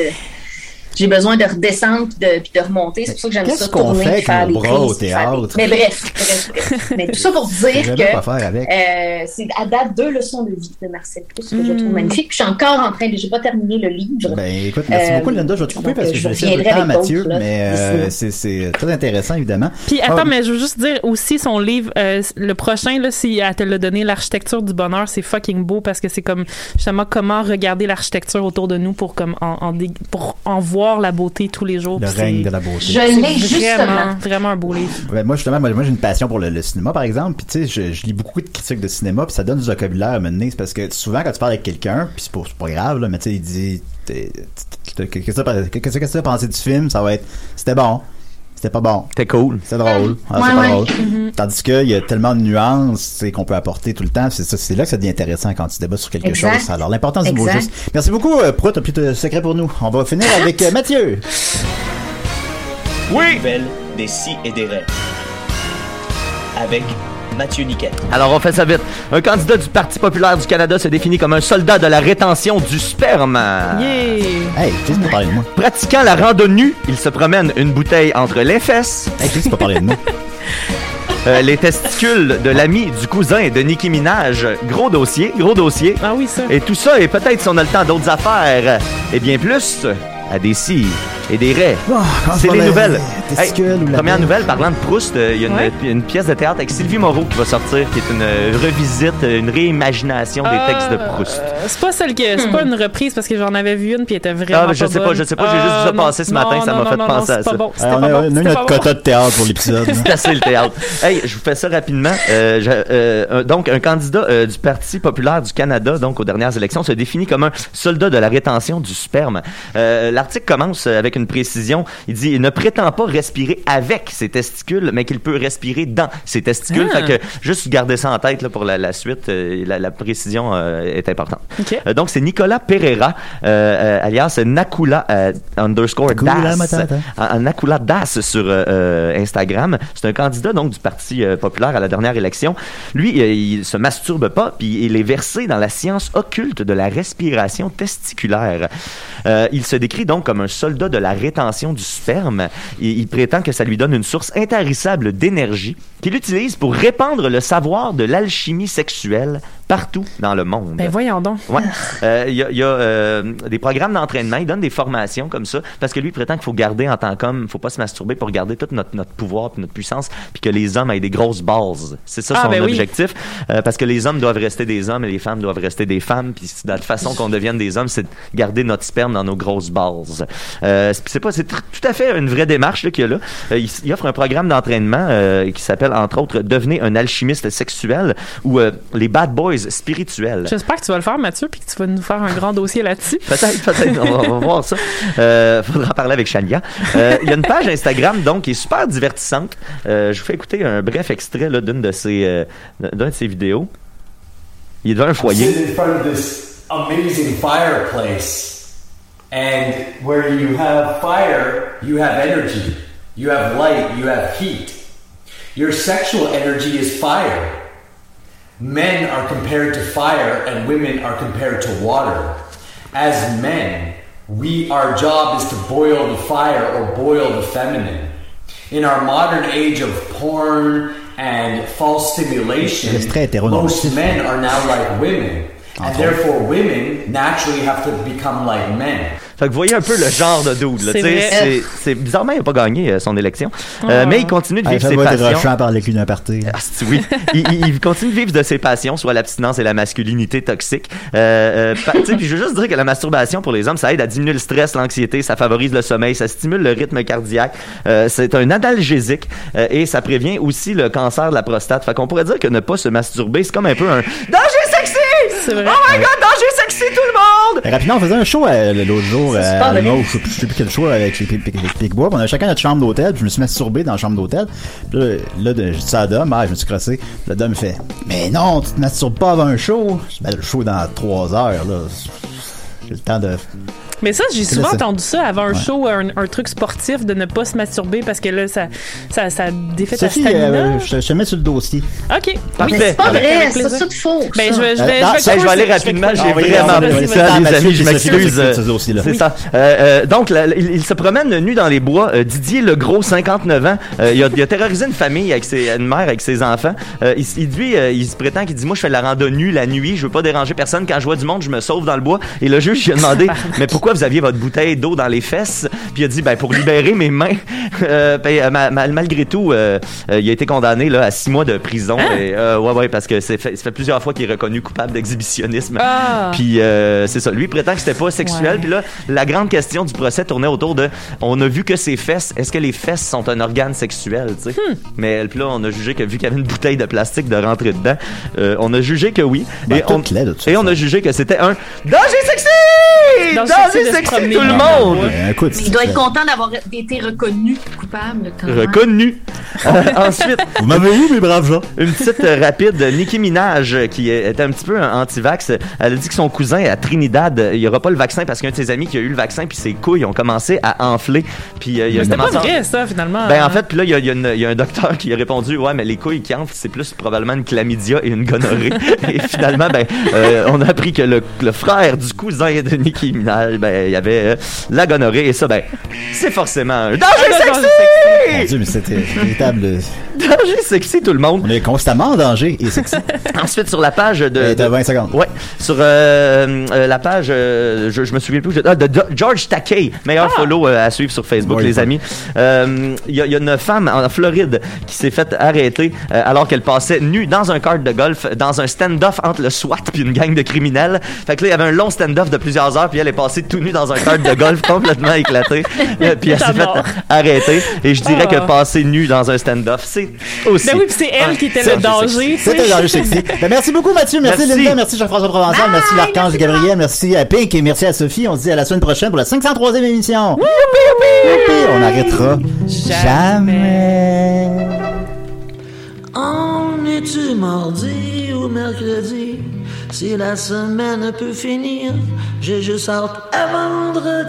J'ai besoin de redescendre puis de, puis de remonter. C'est pour ça que j'aime
qu'est-ce
ça
qu'on
tourner,
fait
puis
avec nos
faire des
bras au
prises, puis faire des-
théâtre?
Mais bref, bref, bref. Mais tout ça pour
Je
dire
jamais
que
quoi faire avec.
euh, c'est à date deux leçons de vie de Marcel Proust que je trouve magnifique. Puis je suis encore en train de. J'ai pas terminé le livre.
Ben écoute, merci
Euh,
beaucoup Linda, je vais te couper
donc,
parce que
je
je vais essayer de temps
reviendrai
à
avec
Mathieu,
d'autres, là,
mais euh, c'est c'est très intéressant évidemment.
Puis attends,
Ah.
mais je veux juste dire aussi son livre, euh, le prochain, là, si elle te l'a donné, l'architecture du bonheur, c'est fucking beau parce que c'est comme justement comment regarder l'architecture autour de nous pour comme en, en dé- pour en voir la beauté tous les jours.
Le
Puis
règne
c'est-
de la beauté.
Je l'ai
c'est
justement.
vraiment, vraiment un beau livre.
Ben, moi justement, moi, moi, j'ai une passion pour le, le cinéma par exemple, puis tu sais, je, je lis beaucoup de critiques de cinéma, puis ça donne du vocabulaire à mener, c'est parce que souvent quand tu parles avec quelqu'un, puis c'est pas, c'est pas grave là, mais tu sais, il dit t'es- t'es- qu'est-ce que t'as- qu'est-ce que tu as pensé du film, ça va être c'était bon, c'était pas bon.
C'était cool.
C'est drôle. Ah, c'est
Ouais, Mm-hmm.
pas
ouais.
drôle. Tandis qu'il y a tellement de nuances tu sais, qu'on peut apporter tout le temps. C'est ça- c'est là que ça devient intéressant quand tu débats sur quelque
Exact.
chose. Alors, l'importance du mot
Exact.
juste. Merci beaucoup, euh, Prout. Un petit secret pour nous. On va finir avec euh, Mathieu.
Oui! des si et des rêves. Avec Mathieu Niquette.
Alors on fait ça vite. Un candidat du Parti populaire du Canada se définit comme un soldat de la rétention du sperme.
Yeah!
Hey, tu sais, c'est pas parler de moi.
Pratiquant la randonnée nue, il se promène une bouteille entre les fesses,
Hey, tu sais, c'est pas parler de moi.
euh, les testicules de l'ami du cousin de Nicki Minaj. Gros dossier, gros dossier.
Ah oui, ça.
Et tout ça, et peut-être si on a le temps d'autres affaires, et bien plus, à des si et des raies.
Bon, quand
C'est
on
les
a-
nouvelles.
les
Hey,
testicules ou la
première
belle.
nouvelle, parlant de Proust, euh, il y a une,
Ouais.
une pièce de théâtre avec Sylvie Moreau qui va sortir, qui est une euh, revisite, une réimagination des textes de Proust.
Euh, c'est pas celle que c'est
Hmm.
pas une reprise parce que j'en avais vu une puis elle était vraiment
Ah, mais je
pas
sais pas,
bonne.
je sais pas, j'ai juste vu ça
Ah, non,
passer ce matin, ça
non,
m'a
non,
fait
non,
penser
non,
à
c'est
ça.
Pas
Ah,
bon,
Alors, on a,
c'était pas
on a
bon,
eu
c'était
notre
pas bon.
quota de théâtre pour l'épisode. hein.
Placer le théâtre. Hey, je vous fais ça rapidement. Euh, je- euh, un- donc, un candidat euh, du Parti populaire du Canada, donc aux dernières élections, se définit comme un soldat de la rétention du sperme. Euh, L'article commence euh, avec une précision. Il dit, il ne prétend pas respirer avec ses testicules, mais qu'il peut respirer dans ses testicules.
Ah.
Fait que juste garder ça en tête là, pour la, la suite. euh, la, la précision euh, est importante.
Ok.
Euh, donc, c'est Nicolas Pereira, euh, euh, alias Nakula euh, underscore
Nakula
Das.
hein.
Matata.
En- en Nakula Das sur euh, euh, Instagram. C'est un candidat donc du Parti euh, populaire à la dernière élection. Lui, euh, il se masturbe pas, puis il est versé dans la science occulte de la respiration testiculaire. Euh, il se décrit donc comme un soldat de la rétention du sperme. Il, il prétend que ça lui donne une source intarissable d'énergie qu'il utilise pour répandre le savoir de l'alchimie sexuelle partout dans le monde.
Ben voyons donc.
Ouais. Euh, Il y a, il y a, euh, des programmes d'entraînement. Il donne des formations comme ça parce que lui il prétend qu'il faut garder en tant qu'homme, il faut pas se masturber pour garder tout notre, notre pouvoir puis notre puissance puis que les hommes aient des grosses bases. C'est ça
Ah,
son
ben oui.
objectif Euh, parce que les hommes doivent rester des hommes et les femmes doivent rester des femmes puis c'est de la façon qu'on devienne des hommes, c'est de garder notre sperme dans nos grosses bases. Euh, c'est- c'est pas c'est tr- tout à fait une vraie démarche là, qu'il y a là. Euh, il, s- il offre un programme d'entraînement euh, qui s'appelle entre autres devenez un alchimiste sexuel ou euh, les bad boys spirituels.
J'espère que tu vas le faire, Mathieu, puis que tu vas nous faire un grand dossier là-dessus.
Peut-être, peut-être, on va, on va voir ça. Euh, faudra en parler avec Chania. Euh, Il y a une page Instagram, donc, qui est super divertissante. Euh, je vous fais écouter un bref extrait là, d'une de ses, euh, d'un de ses vidéos. Il est devant un foyer.
in front of this amazing fireplace, and where you have fire, you have energy, you have light, you have heat. Your sexual energy is fire. Men are compared to fire, and women are compared to water. As men, we our job is to boil the fire or boil the feminine. In our modern age of porn and false stimulation,
C'est très hétéronormatif. Ah,
most men are now like women, and
Entre
therefore women naturally have to become like men.
Fait que vous voyez un peu le genre de dude. Là,
C'est
tu sais,
vrai. Oh.
c'est, c'est- bizarrement, il n'a pas gagné euh, son élection. Euh, Mais il continue de
Ah,
vivre
ça
ses
doit être
passions.
rushant par le cul d'un parti.
Ah, c'est- oui. il, il- il continue de vivre de ses passions, soit l'abstinence et la masculinité toxique. Euh, euh, pa- tu sais, puis je veux juste dire que la masturbation pour les hommes, ça aide à diminuer le stress, l'anxiété, ça favorise le sommeil, ça stimule le rythme cardiaque, euh, c'est un analgésique euh, et ça prévient aussi le cancer de la prostate. Fait qu'on pourrait dire que ne pas se masturber, c'est comme un peu un danger sexy.
C'est vrai.
Oh my god, danger sexy tout le monde.
Rapidement, on faisait un show euh, l'autre jour,
C'est
euh,
super
à
bien.
Lima, ou je, je sais plus quel show euh, avec les Pic- Pic- Pic- Picbois. puis On a chacun notre chambre d'hôtel, puis je me suis masturbé dans la chambre d'hôtel. Puis Là, là de- je dis ça à Dom, ah, je me suis crossé. Puis Le Dom il fait Mais non, tu te masturbes pas avant un show. Je dis, Ben, le show est dans trois heures, là. J'ai le temps de.
Mais ça, j'ai souvent
ça.
entendu ça avant un
Ouais.
show, un, un truc sportif, de ne pas se masturber parce que là, ça, ça, ça défait ta
Sophie,
stamina.
euh, je, je te mets sur le dossier.
OK.
Parfait.
Oui.
C'est pas
Avec
vrai,
plaisir.
c'est tout faux.
Ben, je vais, je vais, je
Euh, non,
vais
Hey, je vais aller
creuser,
rapidement, j'ai
creuser.
vraiment
Vas-y,
donné
vas-y.
ça,
vas-y.
les amis, je
Vas-y, vas-y,
m'excuse.
vas-y,
euh,
vas-y, vas-y, vas-y.
C'est
Oui.
ça. Euh, euh, donc, la- la- il, il se promène nu dans les bois. Euh, Didier Legros, 59 ans, euh, il, a, il a terrorisé une famille avec ses, une mère avec ses enfants. Euh, il, s- il- lui, euh, il se prétend qu'il dit moi je fais de la rando nue la nuit, je veux pas déranger personne. Quand je vois du monde, je me sauve dans le bois. Et le juge lui a demandé mais pourquoi vous aviez votre bouteille d'eau dans les fesses Puis il a dit ben pour libérer mes mains. Euh, ben, euh, ma- ma- malgré tout, euh, euh, il a été condamné là à six mois de prison. Et, euh, ouais ouais parce que c'est fait, ça fait plusieurs fois qu'il est reconnu coupable d'exhibitionnisme.
Ah.
Puis euh, c'est ça. Lui il prétend que c'était pas sexuel.
Ouais.
Puis là, la grande question du procès tournait autour de on a vu que ses fesses. Est-ce que les fesses sont un organe sexuel tu
Hmm.
sais? Mais puis là, on a jugé que vu qu'il y avait une bouteille de plastique de rentrer dedans, euh, on a jugé que oui.
Ben,
et on,
toute laide, de toute
et on a
façon.
jugé que c'était un danger sexy.
Danger
Danger
sexy de se
sexy
promener
tout le
dans le
monde.
bois.
Euh, écoute,
Il doit être content d'avoir été reconnu coupable quand même.
Reconnu.
Ah.
Euh, ensuite,
Vous m'avez eu, mes braves gens.
Une petite euh, rapide, Nicki Minaj, euh, qui est est un petit peu un anti-vax, euh, elle a dit que son cousin à Trinidad, euh, il n'y aura pas le vaccin parce qu'un de ses amis qui a eu le vaccin, puis ses couilles ont commencé à enfler. Puis euh, il a
Mais C'était pas
commencé à-
vrai, ça, hein. finalement.
Ben en fait, puis là, il y, a- il y a une- il y a un docteur qui a répondu, ouais, mais les couilles qui enflent, c'est plus probablement une chlamydia et une gonorrhée. et finalement, ben, euh, on a appris que le, le frère du cousin de Nicki Minaj, ben, il y avait euh, la gonorrhée, et ça, ben, c'est forcément un danger
Ah,
sexy!
danger sexy.
Mon Dieu, mais c'était véritable.
Danger sexy, tout le monde.
On est constamment en danger et sexy.
Ensuite, sur la page de-
Et Euh, T'as
de
20 secondes.
Ouais, sur euh, euh, la page, euh, je, je me souviens plus, je- ah, de Jo- George Takei, meilleur
Ah!
follow euh, à suivre sur Facebook,
Oui.
les amis. Euh, Il y, a- il y a une femme en Floride qui s'est faite arrêter euh, alors qu'elle passait nue dans un cart de golf, dans un stand-off entre le SWAT puis une gang de criminels. Fait que là, il y avait un long stand-off de plusieurs heures, puis elle est passée tout nue dans un cart de golf complètement éclatée, Euh, puis elle s'est faite
D'abord.
arrêter. Et je dirais
Ah.
que passer nue dans un stand-off, c'est aussi...
Ben oui, puis c'est elle qui était le danger.
C'était un danger sexy. Ben, merci beaucoup, Mathieu. Merci,
Merci.
Linda. Merci, Jean-François Provençal. Merci, l'Archange Gabriel. Merci à Pink et merci à Sophie. On se dit à la semaine prochaine pour la 503e émission. Youpi, On arrêtera jamais.
On est-tu mardi ou mercredi? Si la semaine peut finir, j'ai juste hâte à vendredi.